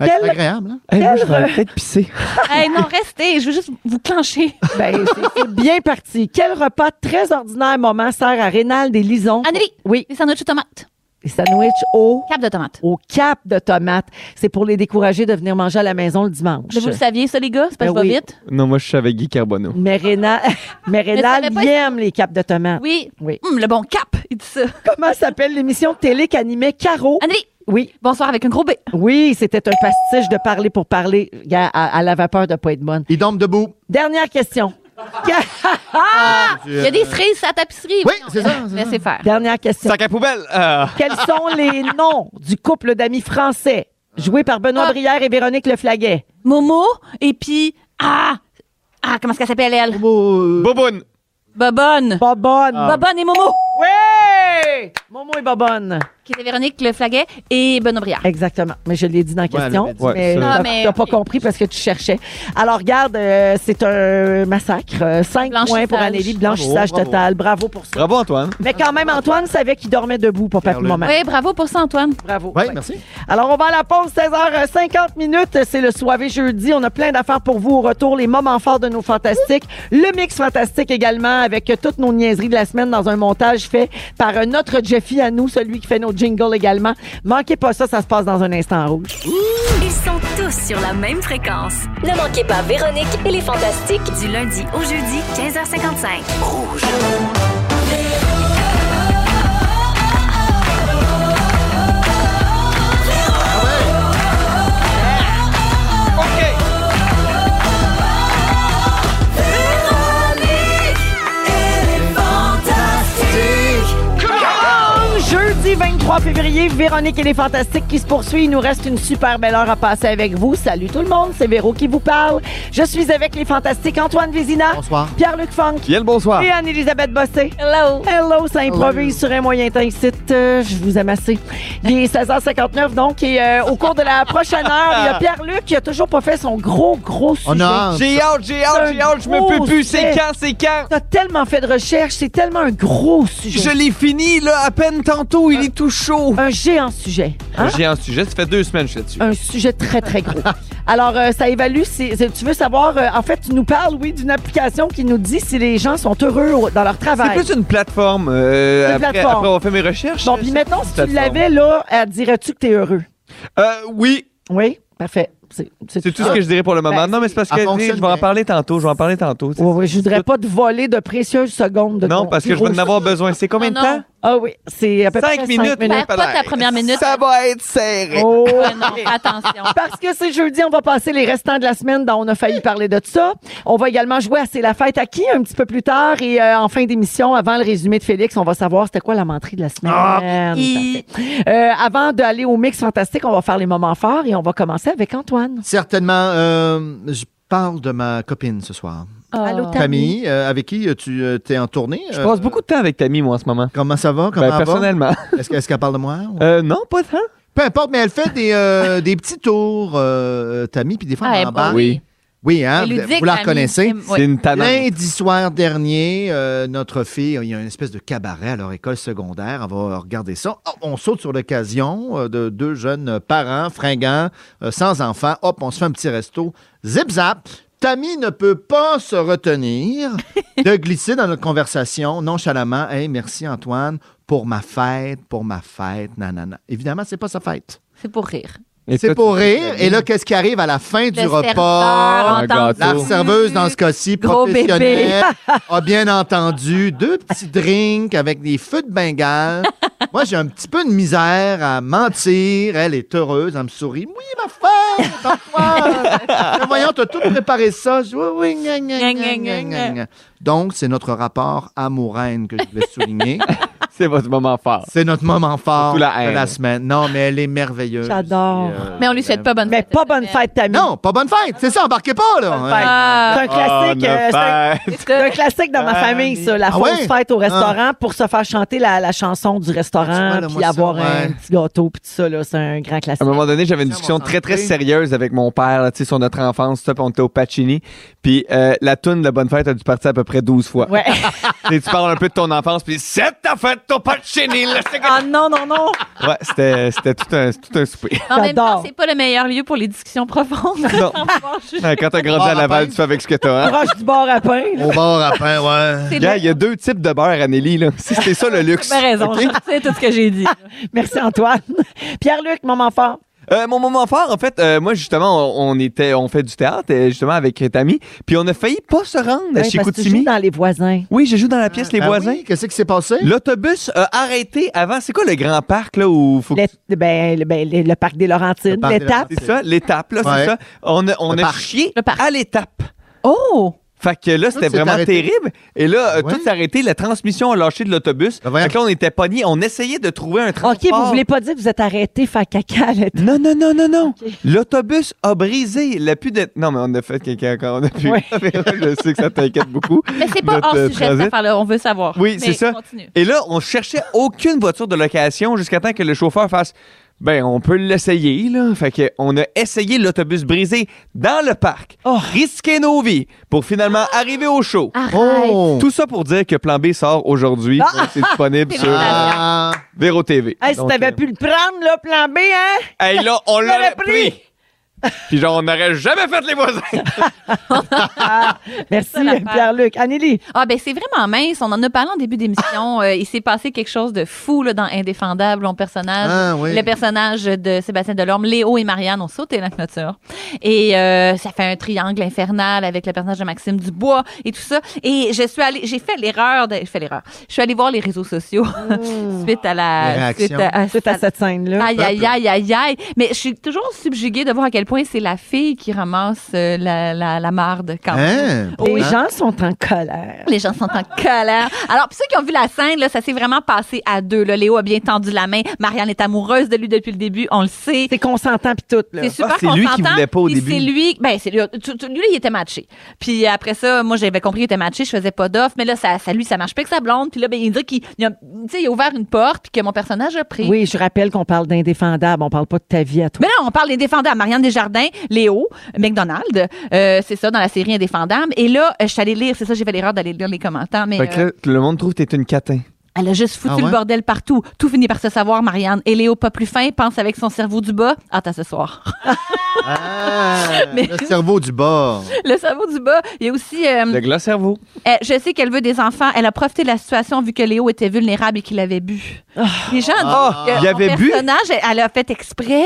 Ah, c'est Quel- agréable, hein? Hey, moi, je Quel- vais aller peut-être pisser. Hey, non, restez, je veux juste vous clencher. Ben, c'est- c'est bien parti. Quel repas très ordinaire moment sert à Rénal des Lisons? Anneli. Oui, Les sandwichs de tomates. les sandwichs au, Cap de tomates. au cap de tomates. C'est pour les décourager de venir manger à la maison le dimanche. Mais vous le saviez, ça, les gars? C'est parce que Ben je oui. vais vite. Non, moi je suis avec Guy Carbonneau. Mais Rénal, [LAUGHS] mais Rénal, Mais ça fait pas- il aime les capes de tomates. Oui. Oui. Hum, le bon cap, il dit ça. Comment s'appelle l'émission de télé qu'animait Caro? Anneli, Oui, bonsoir avec un gros B. Ah, oui, c'était un pastiche de parler pour parler Gars, à, à la vapeur de pas être bonne. Il dorme debout. Dernière question. [LAUGHS] Ah, Il y a des frises à la tapisserie. euh, Oui, Voyons, c'est ça, c'est Laissez faire. Dernière question. Sac à poubelle. Ah. Quels sont les noms du couple d'amis français joué par Benoît Ah. Brière et Véronique Leflaguet? Momo, et puis. Ah! Ah, comment est-ce qu'elle s'appelle, elle? Boboun. Bobonne. Pas bonne. Bobonne et Momo, Ouais! Momo est pas bonne. qui était Véronique Le Flaguet et Benoît Brière. Exactement. Mais je l'ai dit dans la elle question. l'avait dit. Ouais, mais ça. t'as- Non, mais- t'as pas compris parce que tu cherchais. Alors, regarde, euh, c'est un massacre. Euh, Cinq points Blanchissage. pour Anélie. Blanchissage Bravo, bravo. total. Bravo pour ça. Bravo Antoine. Mais quand même, Antoine savait qu'il dormait debout pour Papy Pierre-Luc. Moment. Oui, bravo pour ça, Antoine. Bravo. Oui, Ouais. merci. Alors, on va à la pause, 16h50 minutes. C'est le soirée jeudi. On a plein d'affaires pour vous au retour. Les moments forts de nos fantastiques. Le mix fantastique également avec euh, toutes nos niaiseries de la semaine dans un montage fait par euh, notre Jeffy à nous, celui qui fait nos jingles également. Manquez pas ça, ça se passe dans un instant en rouge. Ils sont tous sur la même fréquence. Ne manquez pas Véronique et les Fantastiques du lundi au jeudi 15h55. Jeudi 23 février, Véronique et les Fantastiques qui se poursuit. Il nous reste une super belle heure à passer avec vous. Salut tout le monde, c'est Véro qui vous parle. Je suis avec les Fantastiques Antoine Vézina, Bonsoir. Pierre-Luc Funk Bien le bonsoir. Ah. et Anne-Elisabeth Bossé. Hello. Hello, ça improvise sur un moyen temps ici. Euh, je vous aime assez. Il est 16h59 donc et euh, au cours de [LAUGHS] la prochaine heure, il y a Pierre-Luc qui a toujours pas fait son gros, gros sujet. On a hâte. J'ai hâte, j'ai hâte, j'ai hâte, je me peux plus. C'est quand, c'est quand? T'as tellement fait de recherches, c'est tellement un gros sujet. Je l'ai fini, là, à peine tantôt, il est tout chaud. Un géant sujet. hein? J'ai un sujet, ça fait deux semaines que je suis dessus. un sujet très, très gros. Alors, euh, ça évalue si, si- tu veux savoir, euh, en fait, tu nous parles, oui, d'une application qui nous dit si les gens sont heureux au- dans leur C'est travail. plus une plateforme. euh, Une après, plateforme. après avoir fait mes recherches. Bon, euh, puis c'est maintenant, une si tu plateforme. l'avais, là, euh, dirais-tu que t'es heureux? Euh, oui, Oui? Parfait. C'est c'est tout ce que je dirais pour le moment. Ben, non, mais c'est parce que elle tu sais, fonctionne je vais en bien. parler tantôt, je vais en parler tantôt. tu sais. Oui, oui, je voudrais pas te voler de précieuses secondes de Non, ton- parce que je vais en avoir besoin. C'est combien de Oh non. temps? Ah oui, c'est à peu près Cinq cinq minutes. Perds pas ta Palaire. première minute. Ça va être serré. Oh. Ouais, non, attention. Parce que c'est jeudi, on va passer les restants de la semaine dont on a failli parler de ça. On va également jouer à C'est la fête à qui un petit peu plus tard. Et euh, en fin d'émission, avant le résumé de Félix, on va savoir c'était quoi la menterie de la semaine. Ah, Et- Euh, avant d'aller au mix fantastique, on va faire les moments forts et on va commencer avec Ah, Antoine. Certainement, euh, je parle de ma copine ce soir. Oh. Allô, Tammy. Camille, euh, avec qui euh, tu es en tournée? Je euh, passe beaucoup de temps avec Tammy, moi, en ce moment. Comment ça va? Comment Ben, elle va? [LAUGHS] personnellement. Est-ce que- est-ce qu'elle parle de moi? ou- Euh, non, pas tant. Peu importe, mais elle fait des, euh, des petits tours, euh, Tammy, puis des fois, Ah, elle elle est embarque. bonne. Oui. Oui, hein? Elle est vous- ludique, vous la Tammy. reconnaissez? Oui. C'est une talent. Lundi soir dernier, euh, notre fille, il y a une espèce de cabaret à leur école secondaire. On va regarder ça. Hop, on saute sur l'occasion euh, de deux jeunes parents fringants, euh, sans enfants. Hop, on se fait un petit resto. Zip zap. Tammy ne peut pas se retenir de glisser dans notre conversation nonchalamment. Hey, merci Antoine pour ma fête, pour ma fête, nanana. Évidemment, c'est pas sa fête. C'est pour rire. C'est pour rire. Et là, qu'est-ce qui arrive à la fin du Le repas? serveur un entendu. La serveuse, dans ce cas-ci, Gros professionnelle, a bien entendu deux petits drinks avec des feux de [LAUGHS] Bengale. Moi, j'ai un petit peu de misère à mentir. Elle est heureuse, elle me sourit. Oui, ma femme, [LAUGHS] Antoine! Mais Voyons, t'as tout préparé ça. Je dis, oui, oui, gna, gna, Gna, gna, gna, gna, gna, gna. Donc, c'est notre rapport amourène que je voulais [LAUGHS] souligner. C'est votre moment fort. C'est notre moment fort Surtout la haine. de la semaine. Non, mais elle est merveilleuse. J'adore. Et, euh, Mais on lui souhaite pas bonne Mais fête. pas bonne fête, Tammy. Non, pas bonne fête. C'est ça, embarquez pas, là. Bonne fête. Ah, C'est un classique. euh, c'est un- c'est un classique dans ma Ah, famille, ça. La ah fausse ouais? fête au restaurant pour se faire chanter la, la chanson du Ah, restaurant, tu vois, là, puis moi, ça, avoir un ouais. petit gâteau, puis tout ça, là, c'est un grand classique. À un moment donné, j'avais une discussion très, très sérieuse avec mon père, là, tu sais, sur notre enfance, tout ça, puis on était au Pacini. Puis euh, la toune de Bonne Fête a dû partir à peu près 12 fois. Ouais. [LAUGHS] Tu sais, tu parles un peu de ton enfance, puis c'est ta fête au Pacini, là, [LAUGHS] c'est que- Ah non, non, non. Ouais, c'était, c'était tout un, tout un souper. En même temps, J'adore. c'est pas le meilleur lieu pour les discussions profondes. [LAUGHS] Non. Ouais, Quand t'as grandi à Laval, tu fais avec ce que t'as, hein? Proche du bord à pain. là. Au bord à pain, ouais. C'est Gars, le... il y a deux types de beurre, Anneli, là. C'est, c'est ça le [LAUGHS] luxe. T'as raison, OK? je sais tout ce que j'ai dit. Merci, Antoine. [LAUGHS] Pierre-Luc, moment fort. Euh, mon moment fort, en fait, euh, moi justement, on, on était, on fait du théâtre euh, justement avec Tammy, puis on a failli pas se rendre à Ouais, parce que tu joues Chicoutimi. dans les voisins. Oui, je joue dans la pièce Les Ben Voisins. oui, Qu'est-ce qui s'est passé? L'autobus a arrêté avant. C'est quoi le grand parc là où faut que- Le, ben, le- ben, le- le parc des Le Laurentides, parc des l'étape. C'est ça, l'étape là, Ouais. c'est ça. On a, on Le a parc. chié Le parc. à l'étape. Oh! Fait que là, c'était s'est vraiment arrêté. terrible. Et là, euh, Ouais. tout s'est arrêté. La transmission a lâché de l'autobus. Ben voyons. Fait que là, on était pognés. On essayait de trouver un transport. OK, vous voulez pas dire que vous êtes arrêté faire caca à l'étape? [LAUGHS] Non, non, non, non, non. L'autobus a brisé. Il a plus de... Non, mais on a fait quelqu'un encore. On a plus... Ouais. [LAUGHS] Je sais que ça t'inquiète beaucoup. Mais c'est pas Notre, hors euh, sujet, cette transit. affaire-là. On veut savoir. Oui, Mais c'est ça. continue. Et là, on cherchait aucune voiture de location jusqu'à temps que le chauffeur fasse ben on peut l'essayer là. Fait que on a essayé l'autobus brisé dans le parc, Oh. Ah. risquer nos vies pour finalement arriver au show. Arrête. Oh! Tout ça pour dire que Plan B sort aujourd'hui. Donc, [LAUGHS] C'est disponible sur Ah, Véro TV. Hey, si Donc, t'avais euh, pu le prendre, là, plan B, hein? hey, là, [LAUGHS] on l'aurait l'aurais pris. pris. Puis genre, on n'aurait jamais fait les voisins. Merci, Ça, l'affaire. Pierre-Luc. Anneli, Ah ben c'est vraiment mince. On en a parlé en [LAUGHS] début d'émission. Euh, il s'est passé quelque chose de fou là, dans Indéfendable, mon personnage. Ah, oui. Le personnage de Sébastien Delorme, Léo et Marianne ont sauté la clôture. Et euh, ça fait un triangle infernal avec le personnage de Maxime Dubois et tout ça. Et je suis allée, j'ai fait l'erreur de. J'ai fait l'erreur. Je suis allée voir les réseaux sociaux [LAUGHS] suite Mmh. Les à la. réactions. Suite à, à- c'est à cette scène-là. Aïe, aïe, aïe, aïe, aïe. Mais je suis toujours subjuguée de voir à quel point c'est la fille qui ramasse euh, la, la, la marde quand même. hein? Les Hein? gens sont en colère. Les gens sont en colère. Alors, pour ceux qui ont vu la scène, là, ça s'est vraiment passé à deux. Là. Léo a bien tendu la main. Marianne est amoureuse de lui depuis le début, on le sait. C'est consentant puis tout, là. C'est super Ah, c'est lui qui consentant, voulait pas au puis début. C'est lui, ben c'est lui, tu- tu- lui, il était matché. Puis après ça, moi j'avais compris qu'il était matché, je faisais pas d'offre, mais là ça, ça lui ça marche pas que sa blonde. Puis là ben il dit qu'il il a, tu sais, il a ouvert une porte puis que mon personnage a pris. Oui, je rappelle qu'on parle d'indéfendable, on parle pas de ta vie à toi. Mais là, on parle d'indéfendable. Marianne Desjardins, Léo, McDonald, euh, c'est ça, dans la série Indéfendable. Et là, euh, je suis allée lire, c'est ça, j'ai fait l'erreur d'aller lire les commentaires. Mais, Fait que euh, là, le monde trouve que t'es une catin. Elle a juste foutu Ah ouais? le bordel partout. Tout finit par se savoir, Marianne. Et Léo, pas plus fin, pense avec son cerveau du bas. Attends ce soir. [LAUGHS] Ah, Mais- Le cerveau du bord. le cerveau du bas. Il y a aussi. euh, Mm. Le glas cerveau. euh, je sais qu'elle veut des enfants. Elle a profité de la situation vu que Léo était vulnérable et qu'il avait bu. Les gens disent Ah, que il avait son bu? personnage, elle- elle a fait exprès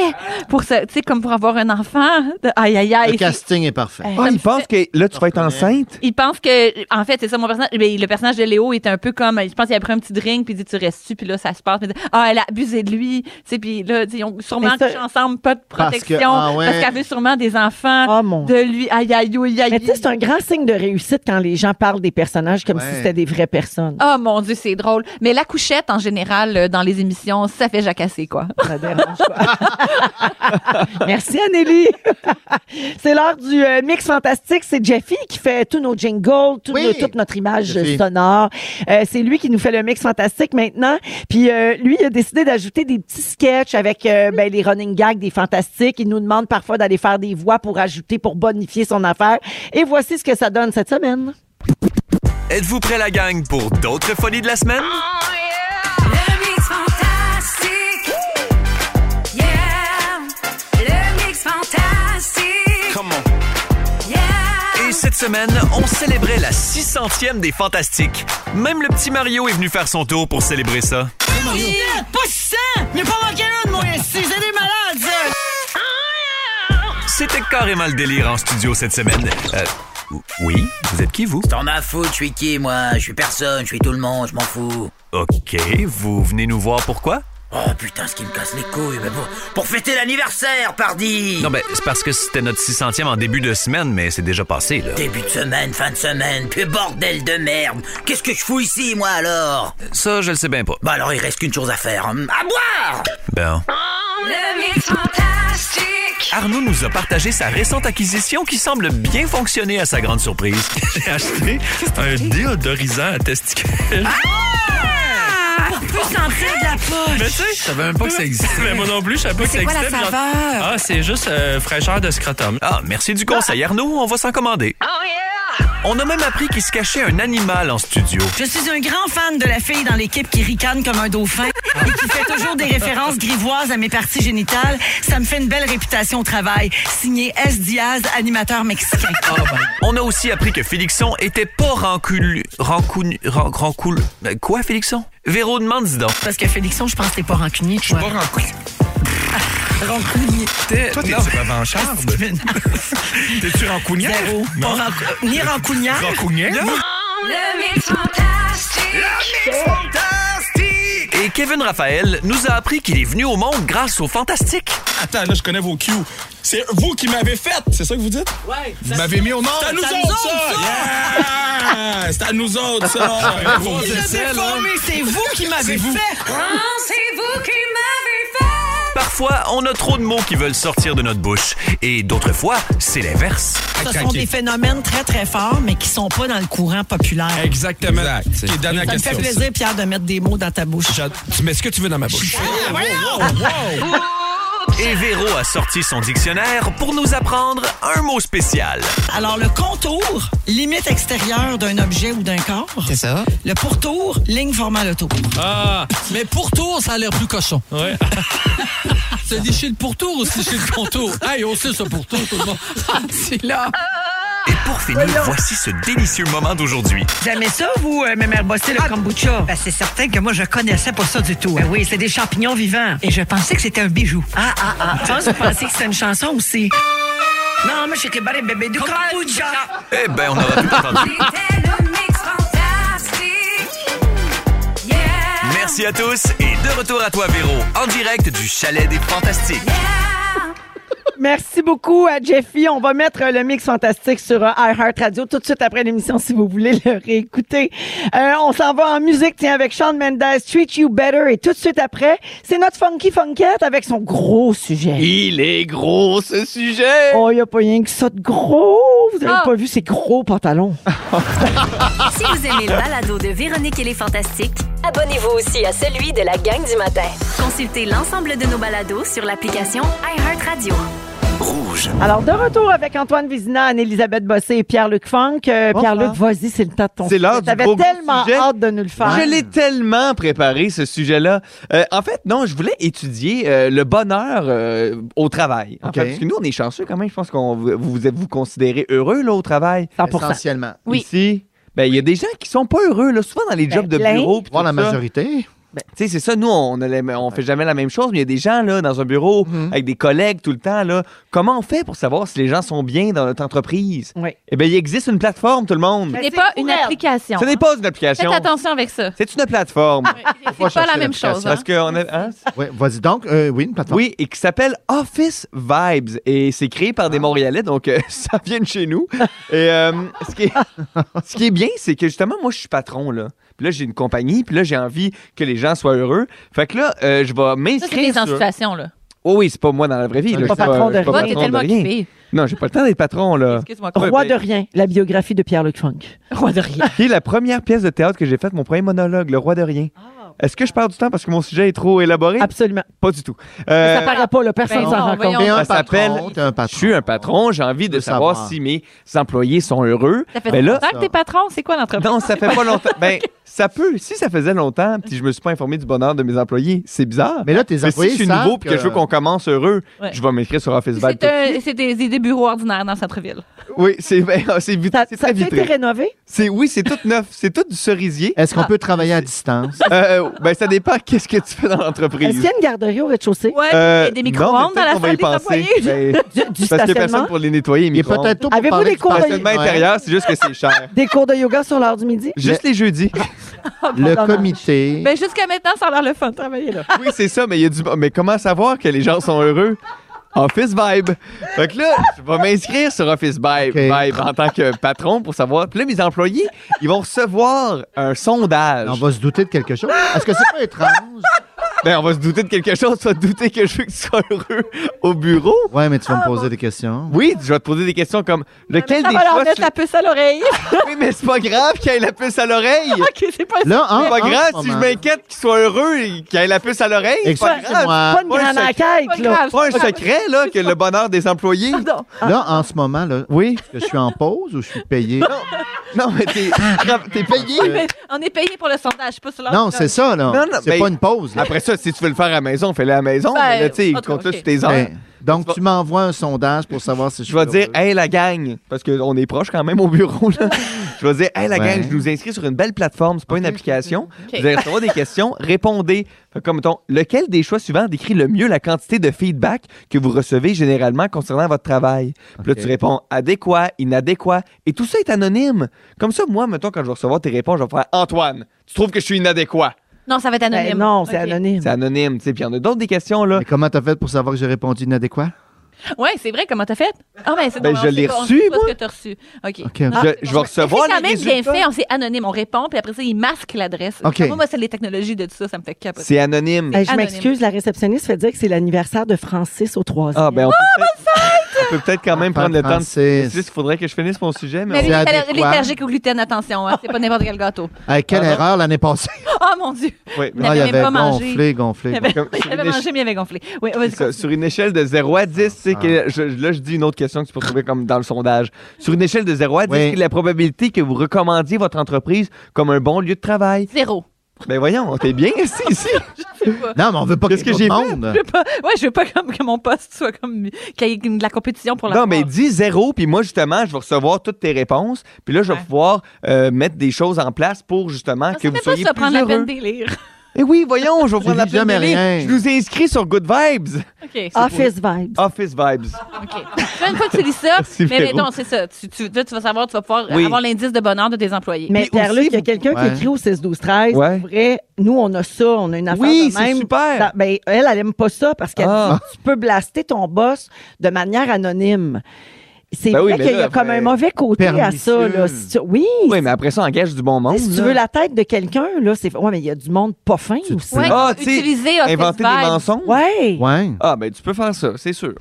pour se, tu sais, comme pour avoir un enfant. De- Aïe, aïe, Le aïe. casting est parfait. Ah, il pense que là, tu vas être Parfait. enceinte. Il pense que, en fait, c'est ça mon personnage. mais le personnage de Léo est un peu comme, je pense qu'il a pris un petit drink, puis il dit, tu restes-tu, puis là, ça se passe. Puis il dit, ah, elle a abusé de lui. Tu sais, puis là, tu sais, ils ont sûrement Mais ça- couché ensemble, pas de Parce que- protection, ah ouais. parce qu'elle veut sûrement des enfants Oh mon de lui. Aïe, aïe, aïe, aïe. Mais tu sais, c'est un grand signe de réussite quand les gens parlent des personnages comme Ouais. si c'était des vraies personnes. Oh mon Dieu, c'est drôle. Mais la couchette, en général, euh, dans les émissions, ça fait jacasser, quoi. Ça dérange pas. [LAUGHS] Merci, Anneli. c'est l'heure du euh, mix fantastique. C'est Jeffy qui fait tous nos jingles, tout Oui. nos- toute notre image Jeffy. sonore. Euh, c'est lui qui nous fait le mix fantastique maintenant. Puis euh, lui, il a décidé d'ajouter des petits sketchs avec euh, ben, les running gags des fantastiques. Il nous demande parfois d'aller faire des voix pour ajouter, pour bonifier son affaire. Et voici ce que ça donne cette semaine. Êtes-vous prêt la gang pour d'autres folies de la semaine? Le mix fantastique. Yeah. Le mix fantastique. Come on. Yeah. Et cette semaine, on célébrait la 600e des Fantastiques. Même le petit Mario est venu faire son tour pour célébrer ça. Pas 600! Il pas manqué un de moi ici! C'est des malades, C'était carrément le délire en studio cette semaine. Euh, oui? Vous êtes qui, vous? T'en as foutre, je suis qui, moi Je suis personne, je suis tout le monde, je m'en fous. OK, vous venez nous voir pourquoi? Oh putain, ce qui me casse les couilles, mais pour, pour fêter l'anniversaire, pardi Non, ben, c'est parce que c'était notre 600e en début de semaine, mais c'est déjà passé, là. Début de semaine, fin de semaine, puis bordel de merde Qu'est-ce que je fous ici, moi, alors Ça, je le sais bien pas. Bah alors, il reste qu'une chose à faire, hein. à boire Ben. Le mix fantastique. Arnaud nous a partagé sa récente acquisition qui semble bien fonctionner à sa grande surprise. [LAUGHS] J'ai acheté un déodorisant à testicules. Ah! Ah! Mais tu sais, je savais même pas que ça existait. Mais moi non plus, je savais pas que ça quoi la existait. puis j'en- Ah, c'est juste euh, fraîcheur de scrotum. Ah, merci du conseil, Arnaud. On va s'en commander. On a même appris qu'il se cachait un animal en studio. Je suis un grand fan de la fille dans l'équipe qui ricane comme un dauphin et qui fait toujours des références grivoises à mes parties génitales. Ça me fait une belle réputation au travail. Signé S. Diaz, animateur mexicain. Ah. On a aussi appris que Félixon était pas rancul... Rancun... ran- Rancul... Euh, Quoi, Félixon? Véro, demande dis donc. Parce que Félixon, je pense que t'es pas rancunier. Je suis Pas en couille. [LAUGHS] rancunier. Toi, t'es-tu revanchard? [LAUGHS] T'es-tu rancunière? Zéro. Pas Non. rancu- Ni rancunière. Rancunière? Le mix fantastique. Et Kevin Raphaël nous a appris qu'il est venu au monde grâce au Fantastique. Attends, là, je connais vos cues. C'est vous qui m'avez fait, c'est ça que vous dites? Ouais. Vous m'avez mis au monde. C'est à nous autres, ça! Yeah! Ah, C'est à nous autres, ça! Vos essais, là. C'est vous qui m'avez vous. fait. Ah, C'est vous qui m'avez fait. Parfois, on a trop de mots qui veulent sortir de notre bouche. Et d'autres fois, c'est l'inverse. Ce sont des phénomènes très, très forts, mais qui sont pas dans le courant populaire. Exactement. Ok, dernière Ça me fait question. plaisir, Pierre, de mettre des mots dans ta bouche. Je- Tu mets ce que tu veux dans ma bouche. Ah, Et Véro a sorti son dictionnaire pour nous apprendre un mot spécial. Alors, le contour, limite extérieure d'un objet ou d'un corps. C'est ça. Le pourtour, ligne formant le tour. Ah! Mais pourtour, ça a l'air plus cochon. Ouais. [LAUGHS] C'est dit chez le pourtour ou c'est chez le contour? [LAUGHS] Hey, on sait ce pourtour, tout le monde. [LAUGHS] c'est là. Et pour finir, voici ce délicieux moment d'aujourd'hui. Vous aimez ça, vous, euh, Mère Bossé, le kombucha? Ben, c'est certain que moi, je connaissais pas ça du tout. Ben oui, c'est des champignons vivants. Et je pensais que c'était un bijou. Ah, ah, ah. Je pense que vous pensiez que c'était une chanson aussi. Non, mais j'étais barré bébé du kombucha. Eh ben, on aura tout entendu. C'était le mix fantastique. Yeah. Merci à tous et de retour à toi, Véro, en direct du Chalet des Fantastiques. Yeah. Merci beaucoup à Jeffy. On va mettre euh, le mix fantastique sur euh, iHeart Radio tout de suite après l'émission si vous voulez le réécouter. Euh, on s'en va en musique, tiens, avec Sean Mendes, Treat You Better. Et tout de suite après, c'est notre Funky Funkette avec son gros sujet. Il est gros, ce sujet! Oh, il a pas rien que ça de gros. Vous avez Ah. pas vu ses gros pantalons. Si vous aimez le balado de Véronique et les Fantastiques, abonnez-vous aussi à celui de la gang du matin. Consultez l'ensemble de nos balados sur l'application iHeartRadio. Alors, de retour avec Antoine Vézina, Anne-Elisabeth Bossé et Pierre-Luc Funk. Euh, Pierre-Luc, vas-y, c'est le temps de ton hein. C'est l'heure sujet. du T'avais beau gros tellement sujet. hâte de nous le faire. Je l'ai tellement préparé, ce sujet-là. Euh, en fait, non, je voulais étudier euh, le bonheur euh, au travail. En OK. fait, parce que nous, on est chanceux quand même. Je pense qu'on vous, vous êtes- vous considérez heureux là, au travail. Euh, 100%. Essentiellement. Oui. Ici, ben, il y a des gens qui sont pas heureux, là, souvent dans les jobs de plein. bureau. puis Voir tout la ça. majorité. Tu sais, c'est ça, nous, on ne fait jamais la même chose, mais il y a des gens là, dans un bureau Mm-hmm. avec des collègues tout le temps. Là, comment on fait pour savoir si les gens sont bien dans notre entreprise? Eh bien, il existe une plateforme, tout le monde. Ce n'est pas une application. Ce n'est hein. pas une application. Ben, Faites attention avec ça. C'est une plateforme. C'est pas la même chose. Parce hein. qu'on a. vas-y donc, euh, oui, une plateforme. Oui, et qui s'appelle Office Vibes. Et c'est créé par Ah. des Montréalais, donc euh, [LAUGHS] ça vient de chez nous. Et euh, ce, [LAUGHS] qui est, ce qui est bien, c'est que justement, moi, je suis patron, là. Puis là, j'ai une compagnie, puis là, j'ai envie que les gens soient heureux. Fait que là, euh, je vais Ça, c'est m'inscrire. des en sur- situation, là. Oh oui, c'est pas moi dans la vraie vie. Non, là. t'es Je pas suis patron je suis de pas rien. Toi, t'es patron de tellement rien. occupé. Non, j'ai pas le temps d'être patron, là. Roi Ouais, ben. de rien, la biographie de Pierre-Luc Funk. Roi de rien. qui est la première pièce de théâtre que j'ai faite, mon premier monologue, Le Roi de Rien. Ah, Est-ce que je perds du temps parce que mon sujet est trop élaboré? [LAUGHS] Absolument. Pas du tout. Euh, ça paraît pas, là, personne ne s'en rend compte. Ça s'appelle Je suis un patron, j'ai envie de savoir savoir. si mes employés sont heureux. Ça fait Ben là- longtemps que t'es patron, c'est quoi l'entreprise? Non, ça fait pas longtemps. [LAUGHS] Ben, ça peut. Si ça faisait longtemps, puis je me suis pas informé du bonheur de mes employés, c'est bizarre. Mais là, tes employés si je suis savent nouveau puis que je veux que- qu'on commence heureux, Ouais. je vais m'inscrire sur Office Vibe. C'est un- c'est des, des bureaux ordinaires dans le centre-ville. Oui, c'est ben, c'est vit- c'est très a été vitré. rénové? C'est oui, c'est tout neuf, c'est tout du cerisier. Est-ce qu'on peut travailler à distance? Euh, ben ça dépend [LAUGHS] qu'est-ce que tu fais dans Est-ce l'entreprise. qu'il y a une garderie au rez-de-chaussée? Ouais, Euh, non, mais peut-être qu'on va y penser. Ben, parce qu'il y a personne pour les nettoyer, mais peut-être tôt pour Avez-vous parler des du cours de- stationnement Ouais. intérieur, c'est juste que c'est cher. Des cours de yoga sur l'heure du midi? Juste les jeudis. Le comité. [LAUGHS] Ben, jusqu'à maintenant, ça a l'air le fun de travailler [LAUGHS] là. [LAUGHS] Oui, c'est ça, mais il y a du bon- Mais comment savoir que les gens sont heureux? Office Vibe. Fait que là, je vais m'inscrire sur Office Vibe, Vibe en tant que patron pour savoir. Puis là, mes employés, ils vont recevoir un sondage. On va se douter de quelque chose. Est-ce que c'est pas étrange? Ben, on va se douter de quelque chose. Tu vas te douter que je veux que tu sois heureux au bureau. Ouais, mais tu vas me poser des questions. Oui, je vais te poser des questions comme lequel Ça des va leur choix mettre tu- la puce à l'oreille. Oui, mais c'est pas grave qu'il ait la puce à [LAUGHS] l'oreille. OK, c'est pas Là, en- Ah, C'est pas en grave ce si je moment. m'inquiète qu'il soit heureux et qu'il ait la puce à l'oreille. C'est pas Excusez-moi. grave. Pas une un grande secret- enquête, pas là. grave, C'est pas un Pas grave. secret, là, que le bonheur [LAUGHS] des employés. Ah. Là, en ce moment, là, oui. que je suis en pause ou je suis payé? [LAUGHS] Non, mais t'es t'es payé. Oui, mais on est payé pour le sondage, pas sur leur- Non, c'est ça, là. C'est pas une pause, là. ben, Après ça, si tu veux le faire à la maison, fais-le à la maison. Ben, mais là, tu sais, en tout cas, compte-le ok. sur tes heures. Ben, donc, tu m'envoies un sondage pour savoir si je je vais dire, hey, la gang, parce qu'on est proche quand même au bureau, [LAUGHS] là. Je vais dire, hey, la gang, Ouais. je nous inscris sur une belle plateforme, c'est pas une application. ok. Vous allez recevoir [LAUGHS] des questions, répondez. Fait comme, mettons, lequel des choix suivants décrit le mieux la quantité de feedback que vous recevez généralement concernant votre travail? Puis là, tu réponds adéquat, inadéquat, et tout ça est anonyme. Comme ça, moi, mettons, quand je vais recevoir tes réponses, je vais faire, Antoine, tu trouves que je suis inadéquat? Non, ça va être anonyme. Ben non, c'est Ok. anonyme. C'est anonyme, tu sais. Puis il y en a d'autres des questions, là. Mais comment t'as fait pour savoir que j'ai répondu inadéquat? Ouais, c'est vrai, comment t'as fait? Ah, ben, c'est Ben, non, je on l'ai sait pas- on reçu, sait pas moi. ce que t'as reçu. OK. OK, Ah, je- je vais recevoir C'est quand les même bien résultats. fait, on s'est anonyme, on répond, puis après ça, ils masquent l'adresse. OK. Moi, moi, c'est les technologies de tout ça, ça me fait capoter. C'est anonyme. Hey, je m'excuse, la réceptionniste fait dire que c'est l'anniversaire de Francis au 3 Ah, Oh, ben, on peut peut-être- on peut peut-être quand même prendre le temps de. Francis. Il faudrait que je finisse mon sujet, mais. Mais on- lui, aller- l'allergique au gluten, attention, hein, c'est pas n'importe quel gâteau. Hey, quelle Ah, non. erreur l'année [LAUGHS] passée! Oh mon Dieu! Eh ben, Oui, Il n'avait même pas mangé. gonflé, gonflé. Il avait, Comme sur il avait une mangé, mais il avait gonflé. Oui, vas-y. Ça, sur une échelle de 0 à 10, c'est Ah. que, je- là, je dis une autre question que tu peux trouver comme dans le sondage. Sur une échelle de 0 à 10, Oui. quelle est la probabilité que vous recommandiez votre entreprise comme un bon lieu de travail? Zéro. Ben voyons, on t'est bien ici, ici. Non, mais on veut pas Qu'est-ce qu'il y que ait j'ai trop de fait? monde. Je veux pas, ouais, je veux pas comme, que mon poste soit comme qu'il y ait de la compétition pour la Non, mais dis zéro, puis moi, justement, je vais recevoir toutes tes réponses, puis là, je vais pouvoir euh, mettre des choses en place pour, justement, que vous Fais Ah, pas soyez ça plus prendre la peine [LAUGHS] heureux. d'élire. Eh oui, voyons, je vais prendre la lis peine jamais d'aller. rien. Je nous ai inscrits sur Good Vibes. OK. Ah, Office Vibes. Office Vibes. OK. Tu une fois que tu lis [LAUGHS] ça, Merci, mais, mais Véro. non, c'est ça. Tu, tu, là, tu vas savoir, tu vas pouvoir Oui. avoir l'indice de bonheur de tes employés. Mais Pierre-Luc, il y a quelqu'un Ouais. qui écrit au 6-12-13. Ouais. Pour vrai, nous, on a ça, on a une affaire Oui, de c'est même. super. Ça- ben, elle, elle aime pas ça parce qu'elle Ah. dit, tu peux blaster ton boss de manière anonyme. C'est Ben vrai oui, mais qu'il y là, a comme après- un mauvais côté à ça. Là. Si tu- Oui, Oui, mais après ça, engage du bon monde. si tu là. veux la tête de quelqu'un, là, c'est... Ouais, mais il y a du monde pas fin aussi. Ouais, Ah, tu sais, utiliser Office inventer des Vibes. mensonges. Ouais. Ouais. Ah, ben tu peux faire ça, c'est sûr.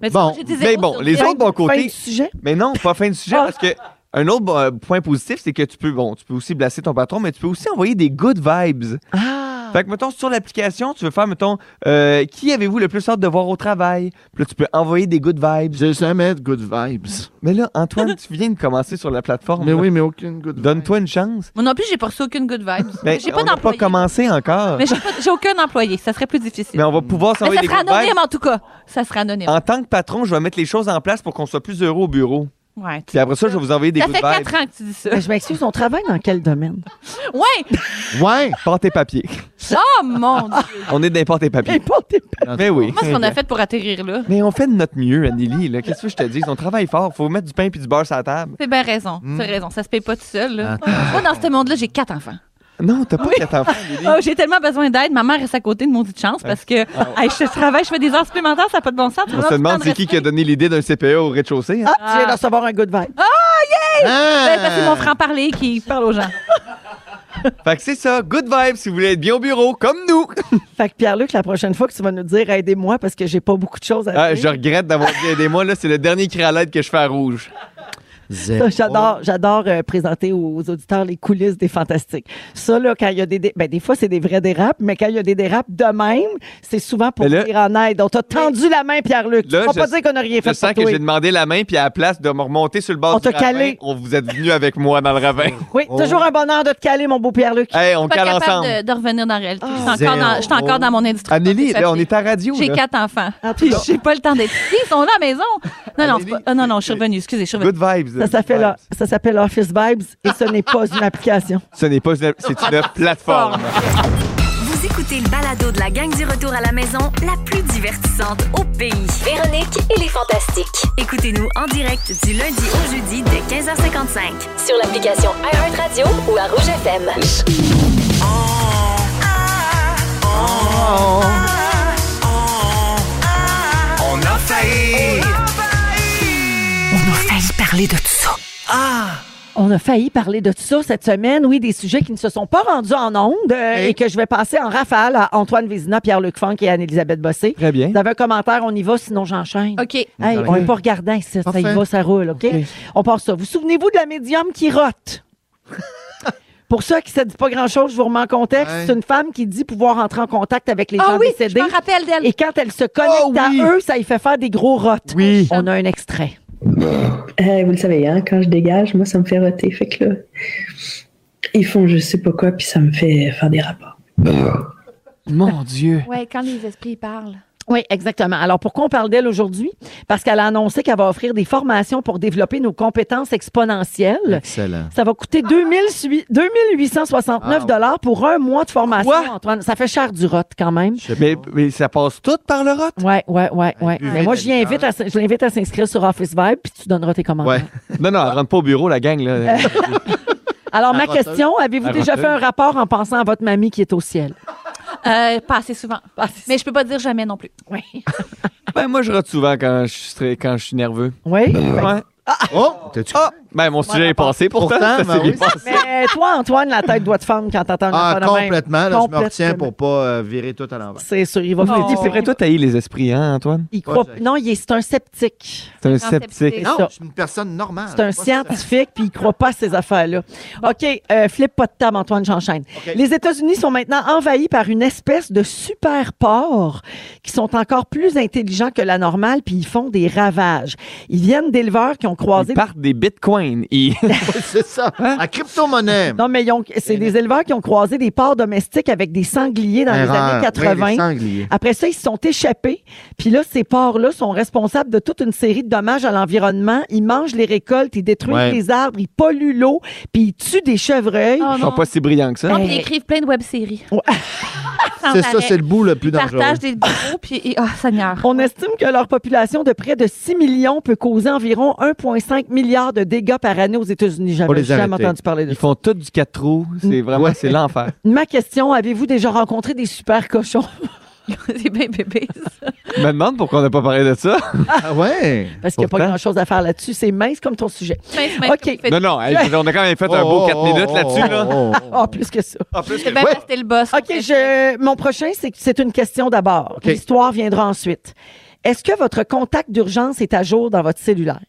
Mais tu Bon, vois, j'ai dit zéro mais bon, sur les dix. autres bons côtés. du sujet? Ah. Mais non, pas fin du sujet parce que un autre bon, euh, point positif, c'est que tu peux, bon, tu peux aussi blasser ton patron, mais tu peux aussi envoyer des good vibes. Ah. Fait que, mettons, sur l'application, tu veux faire, mettons, euh, qui avez-vous le plus hâte de voir au travail? Puis là, tu peux envoyer des good vibes. J'ai jamais de good vibes. Mais là, Antoine, tu viens de commencer sur la plateforme. Mais là. oui, mais aucune good vibe. Donne-toi une chance. Moi non plus, j'ai pas reçu aucune good [LAUGHS] vibe. Mais j'ai Ben, on pas n'a pas d'employé. commencé encore. Mais j'ai pas- j'ai aucun employé. Ça serait plus difficile. Mais on va pouvoir Mais s'envoyer ça des sera good vibes. Ah, anonyme en tout cas. Ça sera anonyme. En tant que patron, je vais mettre les choses en place pour qu'on soit plus heureux au bureau. Ouais. Puis après ça, je vais vous envoyer des Ça good fait vibes. quatre ans que tu dis ça. Mais je m'excuse, on travaille dans quel domaine? [LAUGHS] Ouais! Ouais. Porte et papier. Oh mon Dieu! [LAUGHS] On est des portes [LAUGHS] et papier. Mais oui. Comment est-ce qu'on a fait pour atterrir là? Mais on fait de notre mieux, Anneli. là. Qu'est-ce que je te dis? On travaille fort. Faut mettre du pain et du beurre sur la table. C'est bien raison. Mm. C'est raison. Ça se paye pas tout seul. là. Ah. Moi, dans ce monde-là, j'ai quatre enfants. Non, t'as pas quatre enfants, [LAUGHS] Anneli. Oh, j'ai tellement besoin d'aide. Ma mère reste à côté de mon dit de chance parce que Ah. hey, je travaille, je fais des heures supplémentaires, ça n'a pas de bon sens. On se demande c'est qui qui a donné l'idée d'un CPE au rez-de-chaussée. hein? Ah, tu viens de recevoir un good vibe. Oh, yeah! Ah. Ben, parce que c'est mon franc-parler qui parle aux gens. Ah. Fait que c'est ça. Good vibes si vous voulez être bien au bureau, comme [LAUGHS] nous. Fait que Pierre-Luc, la prochaine fois que tu vas nous dire aidez-moi parce que j'ai pas beaucoup de choses à Ah, je dire. regrette d'avoir dit aidez-moi. Là, c'est le dernier cri à l'aide que je fais à rouge. Ça, J'adore, j'adore euh, présenter aux aux auditeurs les coulisses des fantastiques. Ça là, quand il y a des, dé- ben, des fois c'est des vrais dérapes, mais quand il y a des dérapes de même, c'est souvent pour Mais là- venir en aide. On t'a tendu la main, Pierre-Luc. Tu Là, vas je- pas dire qu'on a rien Je fait sens pour que toi. j'ai demandé la main, puis à la place de me remonter sur le bord On du t'a ravin, calé. on vous êtes venu avec moi [LAUGHS] dans le ravin. Oui, toujours un bonheur de te caler, mon beau Pierre-Luc. Oh. Hey, on Je suis cale pas capable ensemble. Ah. de, de revenir dans la réalité. Je suis encore Zéro. dans- je suis encore, dans mon industrie. Anneli, là, on est à radio. J'ai là. Ah, quatre enfants. Puis j'ai pas le temps d'être ici. Ils sont là à la maison. Non, non, c'est pas- ah, non, non, je suis revenue. Excusez, je suis revenue. Good vibes. Ça s'appelle, ça s'appelle Office Vibes et ce n'est pas une application. Ce n'est pas une, c'est [LAUGHS] une plateforme. Vous écoutez le balado de la gang du retour à la maison, la plus divertissante au pays. Véronique et les Fantastiques. Écoutez-nous en direct du lundi au jeudi dès 15h55 sur l'application iHeartRadio ou à Rouge FM. On a failli. On a failli parler de tout ça. Ah! [LAUGHS] On a failli parler de tout ça cette semaine. Oui, des sujets qui ne se sont pas rendus en ondes euh, et que je vais passer en rafale à Antoine Vézina, Pierre-Luc Funk et Anne-Elisabeth Bossé. Très bien. Vous avez un commentaire, on y va, sinon j'enchaîne. OK. Ah, Ah Hey, on n'est pas regardant ici. Ça y va, ça roule, OK? On part ça. Vous souvenez-vous de la médium qui rote? Pour ceux qui ne dit pas grand-chose, je vous remets en contexte. Ouais. C'est une femme qui dit pouvoir entrer en contact avec les Ah gens oui, décédés. je me rappelle d'elle. Et quand elle se connecte à eux, ça y fait faire des gros rotes. Oui. On a un extrait. Eh, vous le savez, hein, quand je dégage, moi, ça me fait roter. Fait que là, ils font je sais pas quoi, puis ça me fait faire des rapports. Mon Dieu. Ouais, quand les esprits parlent. Oui, exactement. Alors, pourquoi on parle d'elle aujourd'hui? Parce qu'elle a annoncé qu'elle va offrir des formations pour développer nos compétences exponentielles. Excellent. Ça va coûter 2869 dollars pour un mois de formation, Antoine. Ça fait cher du rot quand même. Mais, mais ça passe tout par le rot. Oui, oui, oui. Ouais. Mais moi, je d'alcool. l'invite à, s- je l'invite à s'inscrire sur Office Vibe, puis tu donneras tes commandes. [LAUGHS] Ouais. Non, non, elle rentre pas au bureau, la gang. Là. Alors, ma La roteuse. question, avez-vous La déjà fait roteuse. un rapport en pensant à votre mamie qui est au ciel? Euh, pas assez souvent. Mais je peux pas dire jamais non plus. [LAUGHS] Ben, moi, je rote souvent quand je suis, très- quand je suis nerveux. Oui? Ouais. Oh! Ah! Ben, mon sujet est passé pourtant. Pourtant, [LAUGHS] ça ben s'est bien oui. passé. Mais toi, Antoine, la tête doit te fendre quand t'entends une Ah, affaire de même. complètement. Là, je me retiens Complètement. pour pas euh, virer tout à l'envers. C'est sûr, il va Oh. faire C'est vrai, Toi, t'as eu les esprits, hein, Antoine? Il croit- non, il est- c'est un sceptique. C'est un sceptique. C'est ça. Non, je suis une personne normale. C'est un Pas- scientifique, puis il croit pas à ces affaires-là. OK, euh, flippe pas de table, Antoine, j'enchaîne. Les États-Unis sont maintenant envahis par une espèce de super porcs qui sont encore plus intelligents que la normale, puis ils font des ravages. Ils viennent d'éleveurs qui ont croisé... Ils partent des bitcoins. Ils- [LAUGHS] c'est ça. La crypto-monnaie. Hein? Non, mais ils ont- Eh c'est des éleveurs qui ont croisé des porcs domestiques avec des sangliers dans ben. Erreur. les années Oui, 80. les sangliers. Après ça, ils se sont échappés. Puis là, ces porcs-là sont responsables de toute une série de dommages à l'environnement. Ils mangent les récoltes, ils détruisent Ouais. les arbres, ils polluent l'eau, puis ils tuent des chevreuils. Oh Ils [LAUGHS] sont pas si brillants que ça. Non, puis ils écrivent plein de web-séries. [LAUGHS] Sans Ah, C'est ça, arrêt. c'est le bout le plus ils dangereux. partagent des vidéos, puis... et- Ah, Seigneur. On estime que leur population de près de 6 millions peut causer environ 1,5 milliard de dégâts par année aux États-Unis. Faut J'avais les jamais arrêter. entendu parler de Ils font tout du 4 trous. C'est vraiment, c'est l'enfer. Ma question, avez-vous déjà rencontré des super cochons? [LAUGHS] [LAUGHS] C'est bien bébé. Je me demande pourquoi on n'a pas parlé de ça. Ah ouais? Parce qu'il n'y a pas grand-chose à faire là-dessus. C'est mince comme ton sujet. Mince, mince, OK. Non, non, hey, je veux dire, on a quand même fait un Oh, beau oh, 4 oh, minutes oh, là-dessus. là. oh, oh, [LAUGHS] Ah, plus que ça. C'est Ben, bien parce que t'es le boss. OK, je, mon prochain, c'est que c'est une question d'abord. L'histoire viendra ensuite. Est-ce que votre contact d'urgence est à jour dans votre cellulaire?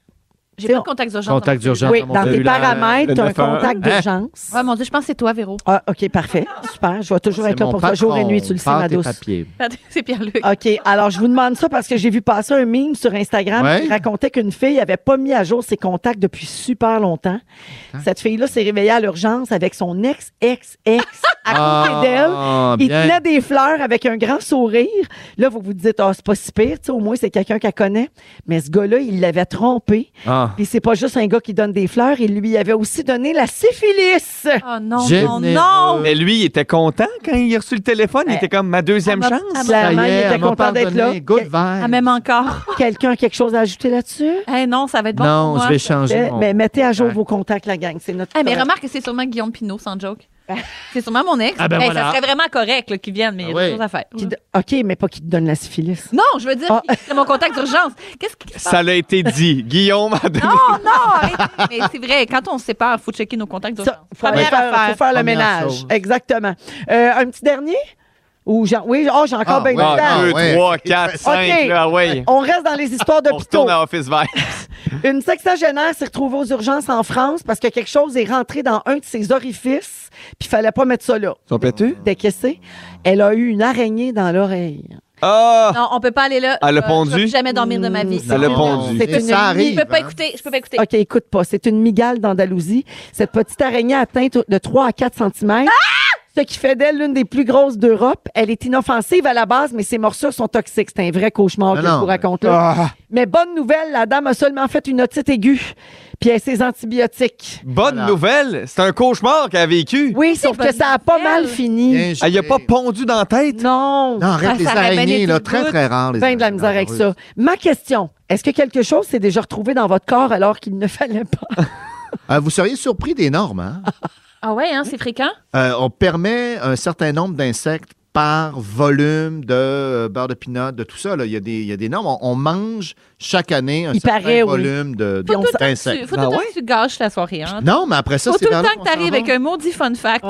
J'ai pas de contact d'urgence. Contact dans mon d'urgence cellulaire. Oui, dans tes paramètres, t'as un contact Hein? d'urgence. Ouais, mon Dieu, je pense que c'est toi, Véro. Ah, OK, parfait. Super. Je vais toujours être là pour toi jour et nuit, tu le sais, ma douce. Ah. [LAUGHS] C'est Pierre-Luc. OK, alors je vous demande ça parce que j'ai vu passer un meme sur Instagram Ouais. qui racontait qu'une fille avait pas mis à jour ses contacts depuis super longtemps. Cette fille-là s'est réveillée à l'urgence avec son ex, ex, ex à côté Ah, d'elle. Il bien. tenait des fleurs avec un grand sourire. Là, vous vous dites, ah, c'est pas si pire, tu sais, au moins c'est quelqu'un qu'elle connaît. Mais ce gars-là, il l'avait trompé. Ah. Ah. Puis c'est pas juste un gars qui donne des fleurs, il lui avait aussi donné la syphilis. Oh non, Mais lui, il était content quand il a reçu le téléphone. Il était comme ma deuxième Ah, chance. ah, Clairement, il était content d'être là. Ah, même encore. [LAUGHS] Quelqu'un a quelque chose à ajouter là-dessus? Eh non, ça va être bon. Non, pour moi. je vais changer Mais, mon- mais mettez à jour vos contacts, la gang. C'est notre. Ah, mais remarque que c'est sûrement Guillaume Pinot, sans [LAUGHS] joke. C'est sûrement mon ex. Ah, ben Eh, voilà. Ça serait vraiment correct là, qu'il vienne, mais il y a d'autres choses à faire. Qui do- OK, mais pas qui te donne la syphilis. Non, je veux Ah. dire, c'est mon contact d'urgence. Qu'est-ce qui se passe? Ça l'a été [LAUGHS] dit. Guillaume a donné. [LAUGHS] Non, non, arrêtez. Mais c'est vrai, quand on se sépare, il faut checker nos contacts d'urgence. Faut aller faire, faut faire le ménage. Exactement. Euh, un petit dernier? Ou j'en- oui, oh, j'ai encore Ah, bien ouais. le temps. Ah, deux, Ah, ouais. trois, quatre, OK. cinq, là, ouais. On reste dans les histoires de [LAUGHS] On retourne à Office Vert. Une sexagénaire s'est retrouvée aux urgences en France parce que quelque chose est rentré dans un de ses orifices, puis fallait pas mettre ça là. Son pétu? Décaissé. Elle a eu une araignée dans l'oreille. Ah! Non, on peut pas aller là. Elle a Euh, pondu? Je peux jamais dormir de ma vie. Elle a pondu. C'est une- Ça arrive, Je peux pas hein. écouter. Je peux pas écouter. OK, écoute pas. C'est une migale d'Andalousie. Cette petite araignée atteinte de 3 à 4 cm. Ce qui fait d'elle l'une des plus grosses d'Europe. Elle est inoffensive à la base, mais ses morsures sont toxiques. C'est un vrai cauchemar Mais que je non, vous mais- raconte là. Ah. Mais bonne nouvelle, la dame a seulement fait une otite aiguë, puis elle a ses antibiotiques. Bonne nouvelle. C'est un cauchemar qu'elle a vécu. Oui, sauf que ça a pas mal fini. Elle y a pas pondu dans la tête. Non. Non, arrête, Ah, les ça aurait bien araignées, été là, le très, bout. très rare, les Ben de la araignées misère Ah, avec ça. dangereuses. Ma question, est-ce que quelque chose s'est déjà retrouvé dans votre corps alors qu'il ne fallait pas? Euh, vous seriez surpris des normes. hein? Ah ouais, hein, c'est fréquent. Euh, on permet un certain nombre d'insectes par volume de euh, beurre de pinot, de tout ça. là. Il, y a des, il y a des normes. On, on mange chaque année un Il certain paraît, oui. volume de- Faut tout de- le temps que d'insectes. tu- faut tout le temps que tu gâches la soirée. hein. Non, mais après ça, Faut c'est tout le vers là temps que qu'on t'arrives s'en avec un maudit fun fact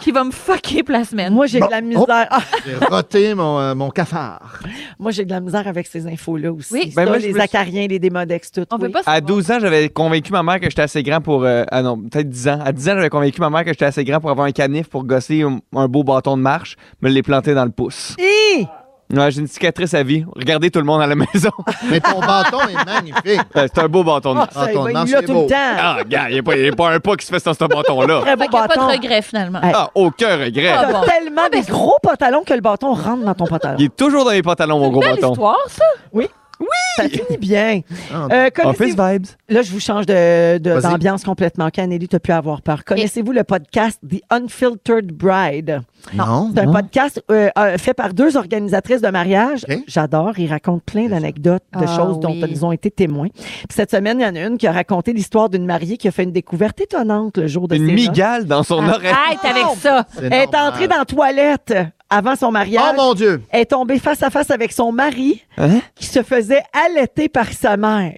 qui va me fucker pour la semaine. Ah, Moi, j'ai Bon. de la misère. Ah! J'ai roté mon, euh, mon cafard. Moi, j'ai de la misère avec ces infos-là aussi. Oui. Ça, Ben, moi, je les me- acariens, les démodex, tout. On peut pas À 12 ans, j'avais convaincu ma mère que j'étais assez grand pour. euh, ah non, peut-être 10 ans. À 10 ans, j'avais convaincu ma mère que j'étais assez grand pour avoir un canif pour gosser un, un beau bâton de marche, me les planter dans le pouce. Ah, Ouais, j'ai une cicatrice à vie. Regardez tout le monde à la [LAUGHS] maison. Mais ton bâton est magnifique. Euh, c'est un beau bâton de Ah, Oh, ça, Bâton de il marche, l'a il est tout le beau. temps. Ah, gars, il n'y a, pas- y a pas un pas qui se fait sans ce Très bâton-là. beau Fait qu'il y a pas bâton. de regret Ah, ben, finalement. Ah, aucun regret. T'as tellement des gros pantalons que le bâton rentre dans ton pantalon. Il est toujours dans les pantalons, mon gros belle bâton. histoire. Voir ça? Oui. Oui! Ça finit bien. Ah, Euh, Office connaissez-vous- Vibes. Là, je vous change de- de- Vas-y. d'ambiance complètement. Canelli, t'as pu avoir peur. Connaissez-vous le podcast The Unfiltered Bride? Non. C'est un podcast euh, euh, fait par deux organisatrices de mariage. J'adore. Ils racontent plein d'anecdotes, de Ah choses dont oui. elles ont été témoins. Puis cette semaine, il y en a une qui a raconté l'histoire d'une mariée qui a fait une découverte étonnante le jour de Une ses noces. migale dans Ah, son oreille. Arrête avec ça. Elle est entrée dans la toilette avant son mariage. Oh mon Hein? Dieu! Elle est tombée face à face avec son mari qui se faisait allaiter par sa mère.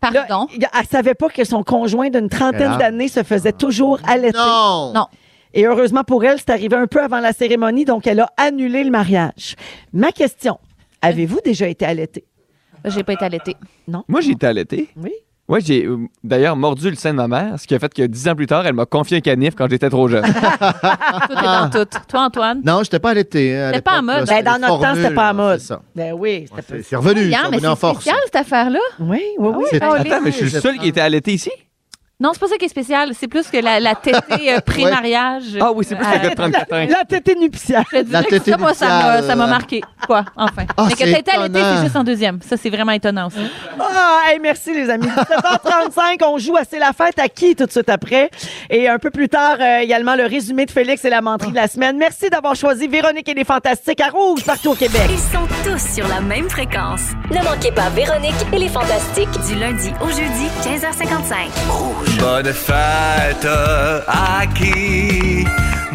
Pardon? elle savait pas que son conjoint d'une Quel trentaine âge? d'années se faisait toujours allaiter. Non! Non. Et heureusement pour elle, c'est arrivé un peu avant la cérémonie, donc elle a annulé le mariage. Ma question, avez-vous déjà été allaité? J'ai pas été allaité. Non? Moi, j'ai été allaité. Oui. Oui, j'ai euh, d'ailleurs mordu le sein de ma mère, ce qui a fait que dix ans plus tard, elle m'a confié un canif quand j'étais trop jeune. Tout est dans tout. Toi, Antoine? Non, j'étais pas allaité. hein, à C'était pas en l'époque, mode. là, Ben, dans les notre temps, formules, c'était pas en là, mode. c'est ça. Ben oui, c'était pas- C'est revenu, Bien, c'est mais revenu en c'est force. [LAUGHS] spécial cette affaire-là. Oui, oui, oui. C'est- Ah, les- Attends, mais je suis le seul qui était allaité ici? Non, c'est pas ça qui est spécial. C'est plus que la, la tétée euh, pré-mariage. Ah oui, c'est plus Euh, le gars de 34 ans. La tétée [LAUGHS] nuptiale. Je te dirais La que tétée ça, moi, ça m'a, nuptiale. ça m'a marqué. Quoi, enfin. Ah, Mais que c'est t'as été allaité, étonnant. c'est juste en deuxième. Ça, c'est vraiment étonnant aussi. Ah, hey, merci les amis. 17h35, on joue à C'est la fête à qui tout de suite après. Et un peu plus tard, euh, également le résumé de Félix et la menterie de la semaine. Merci d'avoir choisi Véronique et les Fantastiques à Rouge partout au Québec. Ils sont tous sur la même fréquence. Ne manquez pas Véronique et les Fantastiques du lundi au jeudi 15h55. Bonne fête à qui?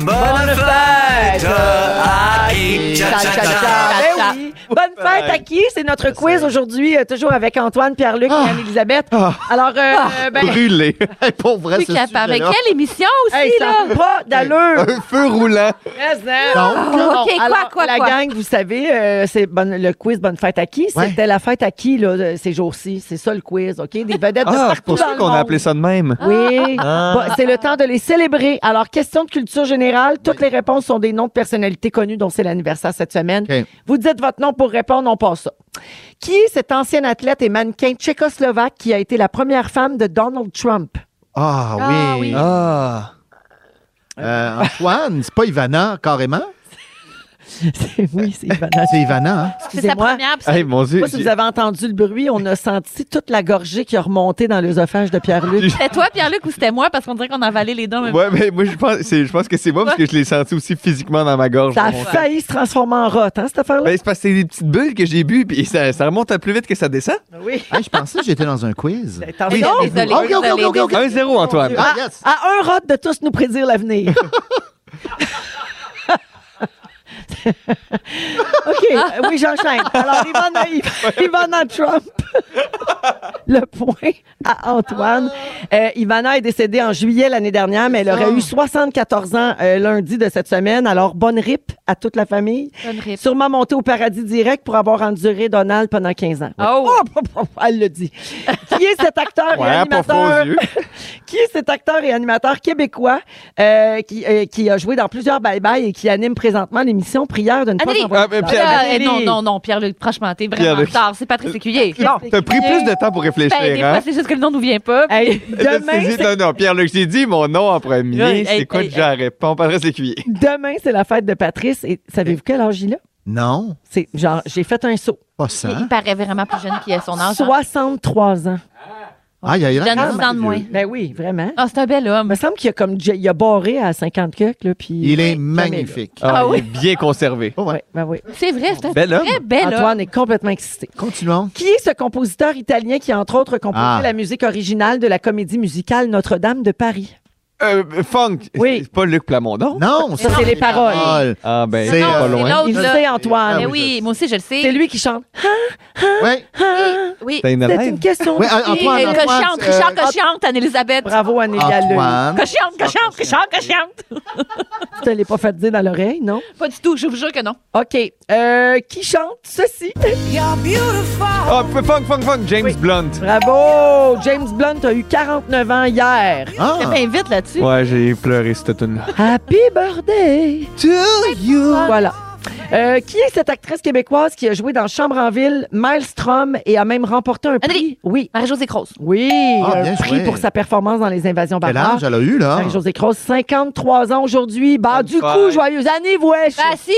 Bonne, fête fête à qui? Cha, cha, cha. Ben oui. Bonne fête à qui? C'est notre quiz aujourd'hui, euh, toujours avec Antoine, Pierre-Luc Ah. et Anne-Elisabeth. Alors, euh, euh, ben, [LAUGHS] Brûlé. Pour vrai, Plus ce capable. Mais sujet-là. quelle émission Ah. aussi, Hey, ça là? a pas d'allure. Un feu roulant. Yes, hein? Donc, Bon, OK, quoi, alors, quoi, la quoi? gang, vous savez, euh, c'est bonne- le quiz Bonne fête à qui? Ouais. C'était la fête à qui, là, de- ces jours-ci? C'est ça le quiz, OK? Des vedettes de Ah, partout c'est pour dans ça le qu'on a monde. appelé ça de même. Oui, Ah. Bon, c'est le temps de les célébrer. Alors, question de culture générale. Toutes les réponses sont des noms de personnalités connues dont c'est l'anniversaire cette semaine. Vous dites votre nom pour répondre, on passe ça. Qui est cette ancienne athlète et mannequin tchécoslovaque qui a été la première femme de Donald Trump? [LAUGHS] Ah oui. Ah, oui. Ah. Euh, Antoine, c'est pas Ivana, carrément? C'est- oui, c'est Ivana. C'est Ivana, hein? Excusez-moi. première, puis ça- Hey, mon Dieu, Je sais pas si j'ai- vous avez entendu le bruit, on a senti toute la gorgée qui a remonté dans l'œsophage de Pierre-Luc. C'était toi, Pierre-Luc, ou c'était moi? Parce qu'on dirait qu'on a avalé les deux en même Ouais, temps. mais moi, je pense, c'est- je pense que c'est moi parce que je l'ai senti aussi physiquement dans ma gorge. Ça a mon sang. failli se transformer en rot, hein, cette affaire-là? Ben, c'est parce que c'est des petites bulles que j'ai bu, puis ça, ça remonte à plus vite que ça descend. Oui. je pensais que j'étais dans un quiz. oh, Mais non, désolé, Ok, ok, désolé, ok, ok, ok. désolé. 1-0, Antoine. À, Ah, à un rot de tous nous prédire [LAUGHS] l'avenir. OK, euh, oui, j'enchaîne. Alors, Ivana, Iv- Ivana Trump, [LAUGHS] le point à Antoine. Euh, Ivana est décédée en juillet l'année dernière, mais elle aurait eu 74 ans euh, lundi de cette semaine. Alors, bonne rip à toute la famille. Bonne rip. Sûrement montée au paradis direct pour avoir enduré Donald pendant 15 ans. Oh! [LAUGHS] elle le dit. Qui est cet acteur Ouais, et pas faux aux animateur? yeux. [LAUGHS] qui est cet acteur et animateur québécois euh, qui, euh, qui a joué dans plusieurs Bye Bye et qui anime présentement l'émission Prière de ne pas Anneli! s'envoler de fleurs. Ah, eh, non, non, non, Pierre-Luc, franchement, t'es vraiment Pierre-Luc. tard. C'est Patrice Écuyer. Non. T'as pris plus de temps pour réfléchir, Ben, des hein? fois, c'est juste que le nom nous vient pas. Hein? Là, tu t'es dit, non, non, Pierre-Luc, j'ai dit mon nom en premier. Hey, hey, c'est quoi hey, que j'arrête? Pas on parlerait de l'écuyer. Demain, c'est la fête de Patrice et savez-vous quel âge il a? Non. C'est genre, j'ai fait un saut. Pas Il paraît vraiment plus jeune qu'il est son âge. hein? 63 ans. Ah, il y a- il y a Donne dix ans de moins. Ben oui, vraiment. Ah, c'est un bel homme. Il me semble qu'il a comme il a barré à 50 quelques, là, puis Il est jamais, là. magnifique. Ah oui? Il est bien conservé. Ouais, ben oui. C'est vrai, c'est un Bel homme. très bel homme. Antoine est complètement excité. Continuons. Qui est ce compositeur italien qui a entre autres composé Ah. la musique originale de la comédie musicale Notre-Dame de Paris? Euh, funk. Oui. C'est pas Luc Plamondon? Non, Ça, c'est les paroles. Ah, ben, C'est, c'est euh, pas c'est loin. l'autre, Il le là. sait, Antoine. Mais Ah oui, Ben oui, moi aussi, je le sais. C'est lui qui chante. Oui. Oui. T'as une C'est haleine. une question Oui, Oui, ah, de- Antoine, Antoine, Antoine, cochante, euh, Richard Ant- Cochante, Anne-Elisabeth. Bravo, Anne-Elisabeth. [LAUGHS] Cochante, cochante, Richard Cochante. Tu te l'es pas fait dire dans l'oreille, non? Pas du tout, je vous jure que non. OK. Euh, qui chante ceci? You're beautiful. Ah, f- funk, funk, funk, James Blunt. Bravo! James Blunt a eu 49 ans hier. Ah. Fais bien vite là-dessus. Ouais, j'ai pleuré cette tune-là. Happy birthday to you. Voilà. Euh, qui est cette actrice québécoise qui a joué dans Chambre en ville, Maelstrom et a même remporté un prix? Oui. Marie-Josée Croce. Oui, Ah, un bien prix joué. pour sa performance dans Les Invasions Quel barbares. âge elle a eu, là? Marie-Josée Croce, 53 ans aujourd'hui. Bah, du coup, fête. joyeuse année, wesh! Bah, si!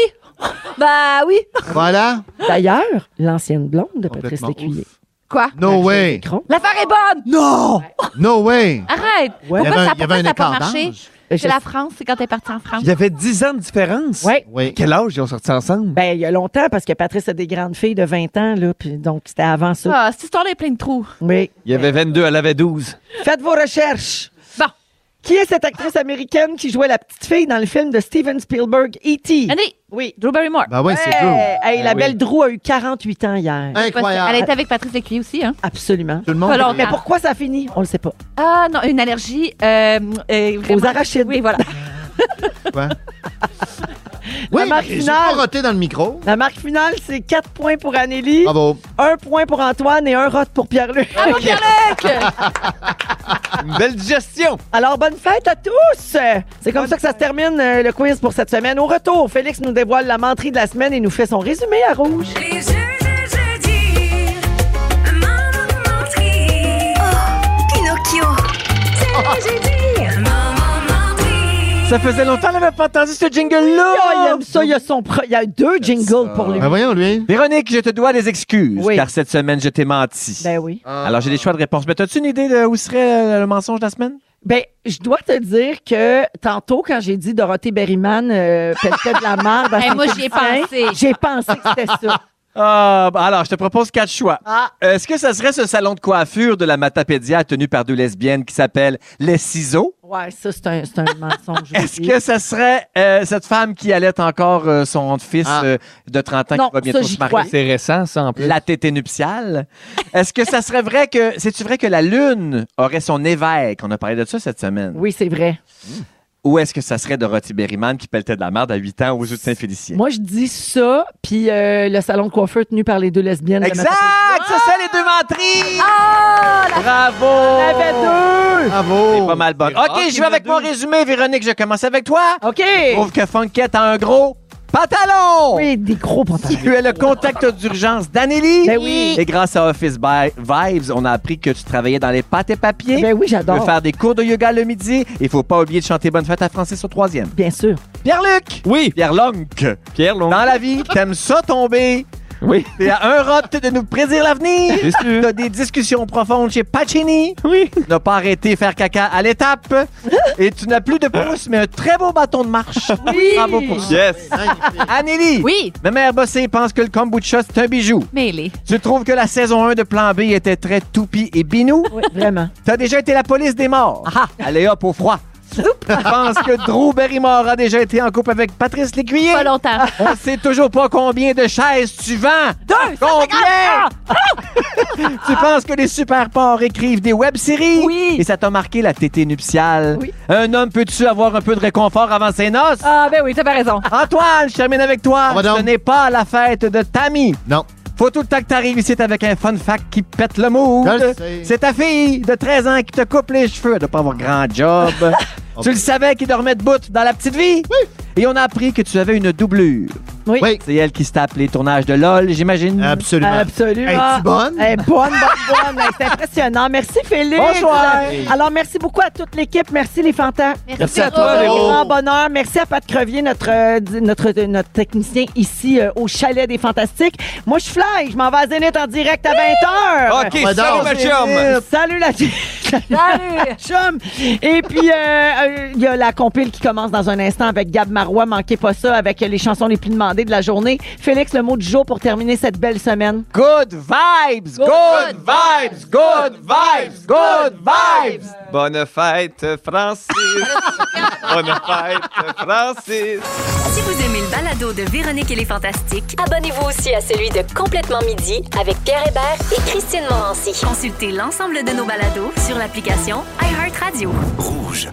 bah, oui! Voilà. D'ailleurs, l'ancienne blonde de Patrice Lécuyer. Quoi? No way. L'affaire est bonne! Non! No way. Arrête! Ouais. Il y Pourquoi avait ça, un- il y avait pourquoi un ça a pas écart marché? d'âge. Euh, C'est Je- la France, c'est quand t'es parti en France. Il y avait 10 ans de différence. Ouais. Quel âge ils ont sorti ensemble? Ben, il y a longtemps, parce que Patrice a des grandes filles de 20 ans, là, puis donc c'était avant ça. Ah, cette histoire-là est pleine de trous. Oui. Il y avait 22, elle avait 12. Faites vos recherches. Bon. Qui est cette actrice américaine qui jouait la petite fille dans le film de Steven Spielberg, E.T.? Andy! Oui. Drew Barrymore. Ben ouais, c'est Hey, Drew. hey, la Ben oui. Hein? belle Drew a eu 48 ans hier. Incroyable. Elle était avec Patrice Lécuyer aussi, hein? Absolument. Tout le monde- Pas longtemps. Mais pourquoi ça finit? On le sait pas. Ah non, une allergie. Euh, euh, vraiment- arachides. Oui, [LAUGHS] voilà. Oui, la marque j'ai finale. pas roté dans le micro. La marque finale, c'est 4 points pour Anélie, Bravo. 1 point pour Antoine et 1 rot pour Pierre-Luc. [LAUGHS] Bravo, Pierre-Luc! Une belle digestion. Alors, bonne fête à tous! C'est comme ça que ça se termine euh, le quiz pour cette semaine. Au retour, Félix nous dévoile la menterie de la semaine et nous fait son résumé à rouge. Les jeux de jeudi, maman menterie. Oh, Pinocchio. C'est le jeudi, maman menterie. Ça faisait longtemps qu'on n'avait pas entendu ce jingle-là. Ah, il aime ça, il y a son pro- il y a deux jingles pour Ah. lui. Ben voyons, lui. Véronique, je te dois des excuses, Oui. car cette semaine, je t'ai menti. Ah. Ben oui. Alors, j'ai des choix de réponses. Mais as-tu une idée de où serait euh, le mensonge de la semaine? Ben, je dois te dire que tantôt, quand j'ai dit Dorothée Berryman euh, pelletait de la merde à Eh, ses moi, j'y ai comédiens, pensé. J'ai pensé que c'était ça. Ah, bah, alors, je te propose quatre choix. Ah. Est-ce que ça serait ce salon de coiffure de la Matapédia tenu par deux lesbiennes qui s'appelle Les Ciseaux? Ouais, ça, c'est un, c'est un mensonge. Est-ce que ça serait euh, cette femme qui allait encore euh, son fils euh, de 30 ans Non, qui va bientôt ça, j'y se marier? crois. C'est récent, ça, en plus. La tétée nuptiale. Est-ce que ça serait vrai que. C'est-tu vrai que la Lune aurait son évêque? On a parlé de ça cette semaine. Oui, c'est vrai. Ou est-ce que ça serait Dorothy Berryman qui pelletait de la merde à 8 ans aux yeux de Saint-Félicien? Moi, je dis ça, puis euh, le salon de coiffeur tenu par les deux lesbiennes. le Exact! matin. Ça, c'est les deux menteries! On Bravo! avait deux! Bravo! Pas mal bonne. rare OK, je vais avec mon résumé, Véronique. Je commence avec toi. OK! Je trouve que Funkette a un gros Pantalon! Oui, des gros pantalons. Tu es le contact d'urgence d'Anneli. Ben oui. Et grâce à Office Bi- Vibes, on a appris que tu travaillais dans les pâtes et papiers. Ben oui, j'adore. Tu veux faire des cours de yoga le midi. Il faut pas oublier de chanter Bonne fête à Francis au troisième. Bien sûr. Pierre-Luc! Oui! Pierre Longue! Pierre Longue. Dans la vie, t'aimes ça tomber! Oui. T'es à un rot de nous prédire l'avenir. T'as des discussions profondes chez Pacini. Oui. Tu n'as pas arrêté de faire caca à l'étape. Et tu n'as plus de pouce, mais un très beau bâton de marche. Oui. Bravo pour ça. Yes. Anneli. Oui. Ma mère bossée pense que le kombucha, c'est un bijou. Mêlé. Tu trouves que la saison 1 de Plan B était très toupie et binou? Oui, vraiment. T'as déjà été la police des morts. Allez hop, au froid. Je pense que Drew Barrymore a déjà été en couple avec Patrice Lécuyer. Pas longtemps. On sait toujours pas combien de chaises tu Ah! vends. Deux! Combien? [LAUGHS] tu Ah! penses que les super porcs écrivent des web-séries? Oui. Et ça t'a marqué la tétée nuptiale? Oui. Un homme, peut-tu avoir un peu de réconfort avant ses noces? Ah, ben oui, t'avais raison. Antoine, je termine avec Ah, toi. Ce n'est pas la fête de Tammy. Non. Faut tout le temps que t'arrives ici avec un fun fact qui pète le mood. Je le sais. C'est ta fille de 13 ans qui te coupe les cheveux. Elle doit pas avoir grand [LAUGHS] job. tu le savais qu'il dormait debout dans la petite vie? Oui. Et on a appris que tu avais une doublure. Oui. C'est elle qui se tape les tournages de LOL, j'imagine. Absolument. Absolument. Eh, bonne, bonne, bonne. Eh, C'est impressionnant. Merci, Félix. Euh, Bonsoir. Alors, merci beaucoup à toute l'équipe. Merci, les fantas. Merci Merci à toi, Véro. Véro. Grand bonheur. Merci à Pat Crevier, notre, euh, di- notre, euh, notre technicien ici euh, au Chalet des Fantastiques. Moi, je fly. Je m'en vais à Zénith en direct à 20h. OK, salut, ma chum. Euh, Salut, la [LAUGHS] Salut, chum. Et puis, euh, euh, il y a la compile qui commence dans un instant avec Gab Marois. Manquez pas ça avec euh, les chansons les plus demandées de la journée. Félix, le mot du jour pour terminer cette belle semaine. Good vibes, good vibes, good vibes, good vibes. Bonne fête, Francis. [LAUGHS] Bonne fête, Francis. Si vous aimez le balado de Véronique et les Fantastiques, abonnez-vous aussi à celui de Complètement Midi avec Pierre Hébert et Christine Morancy. Consultez l'ensemble de nos balados sur l'application iHeartRadio. Rouge.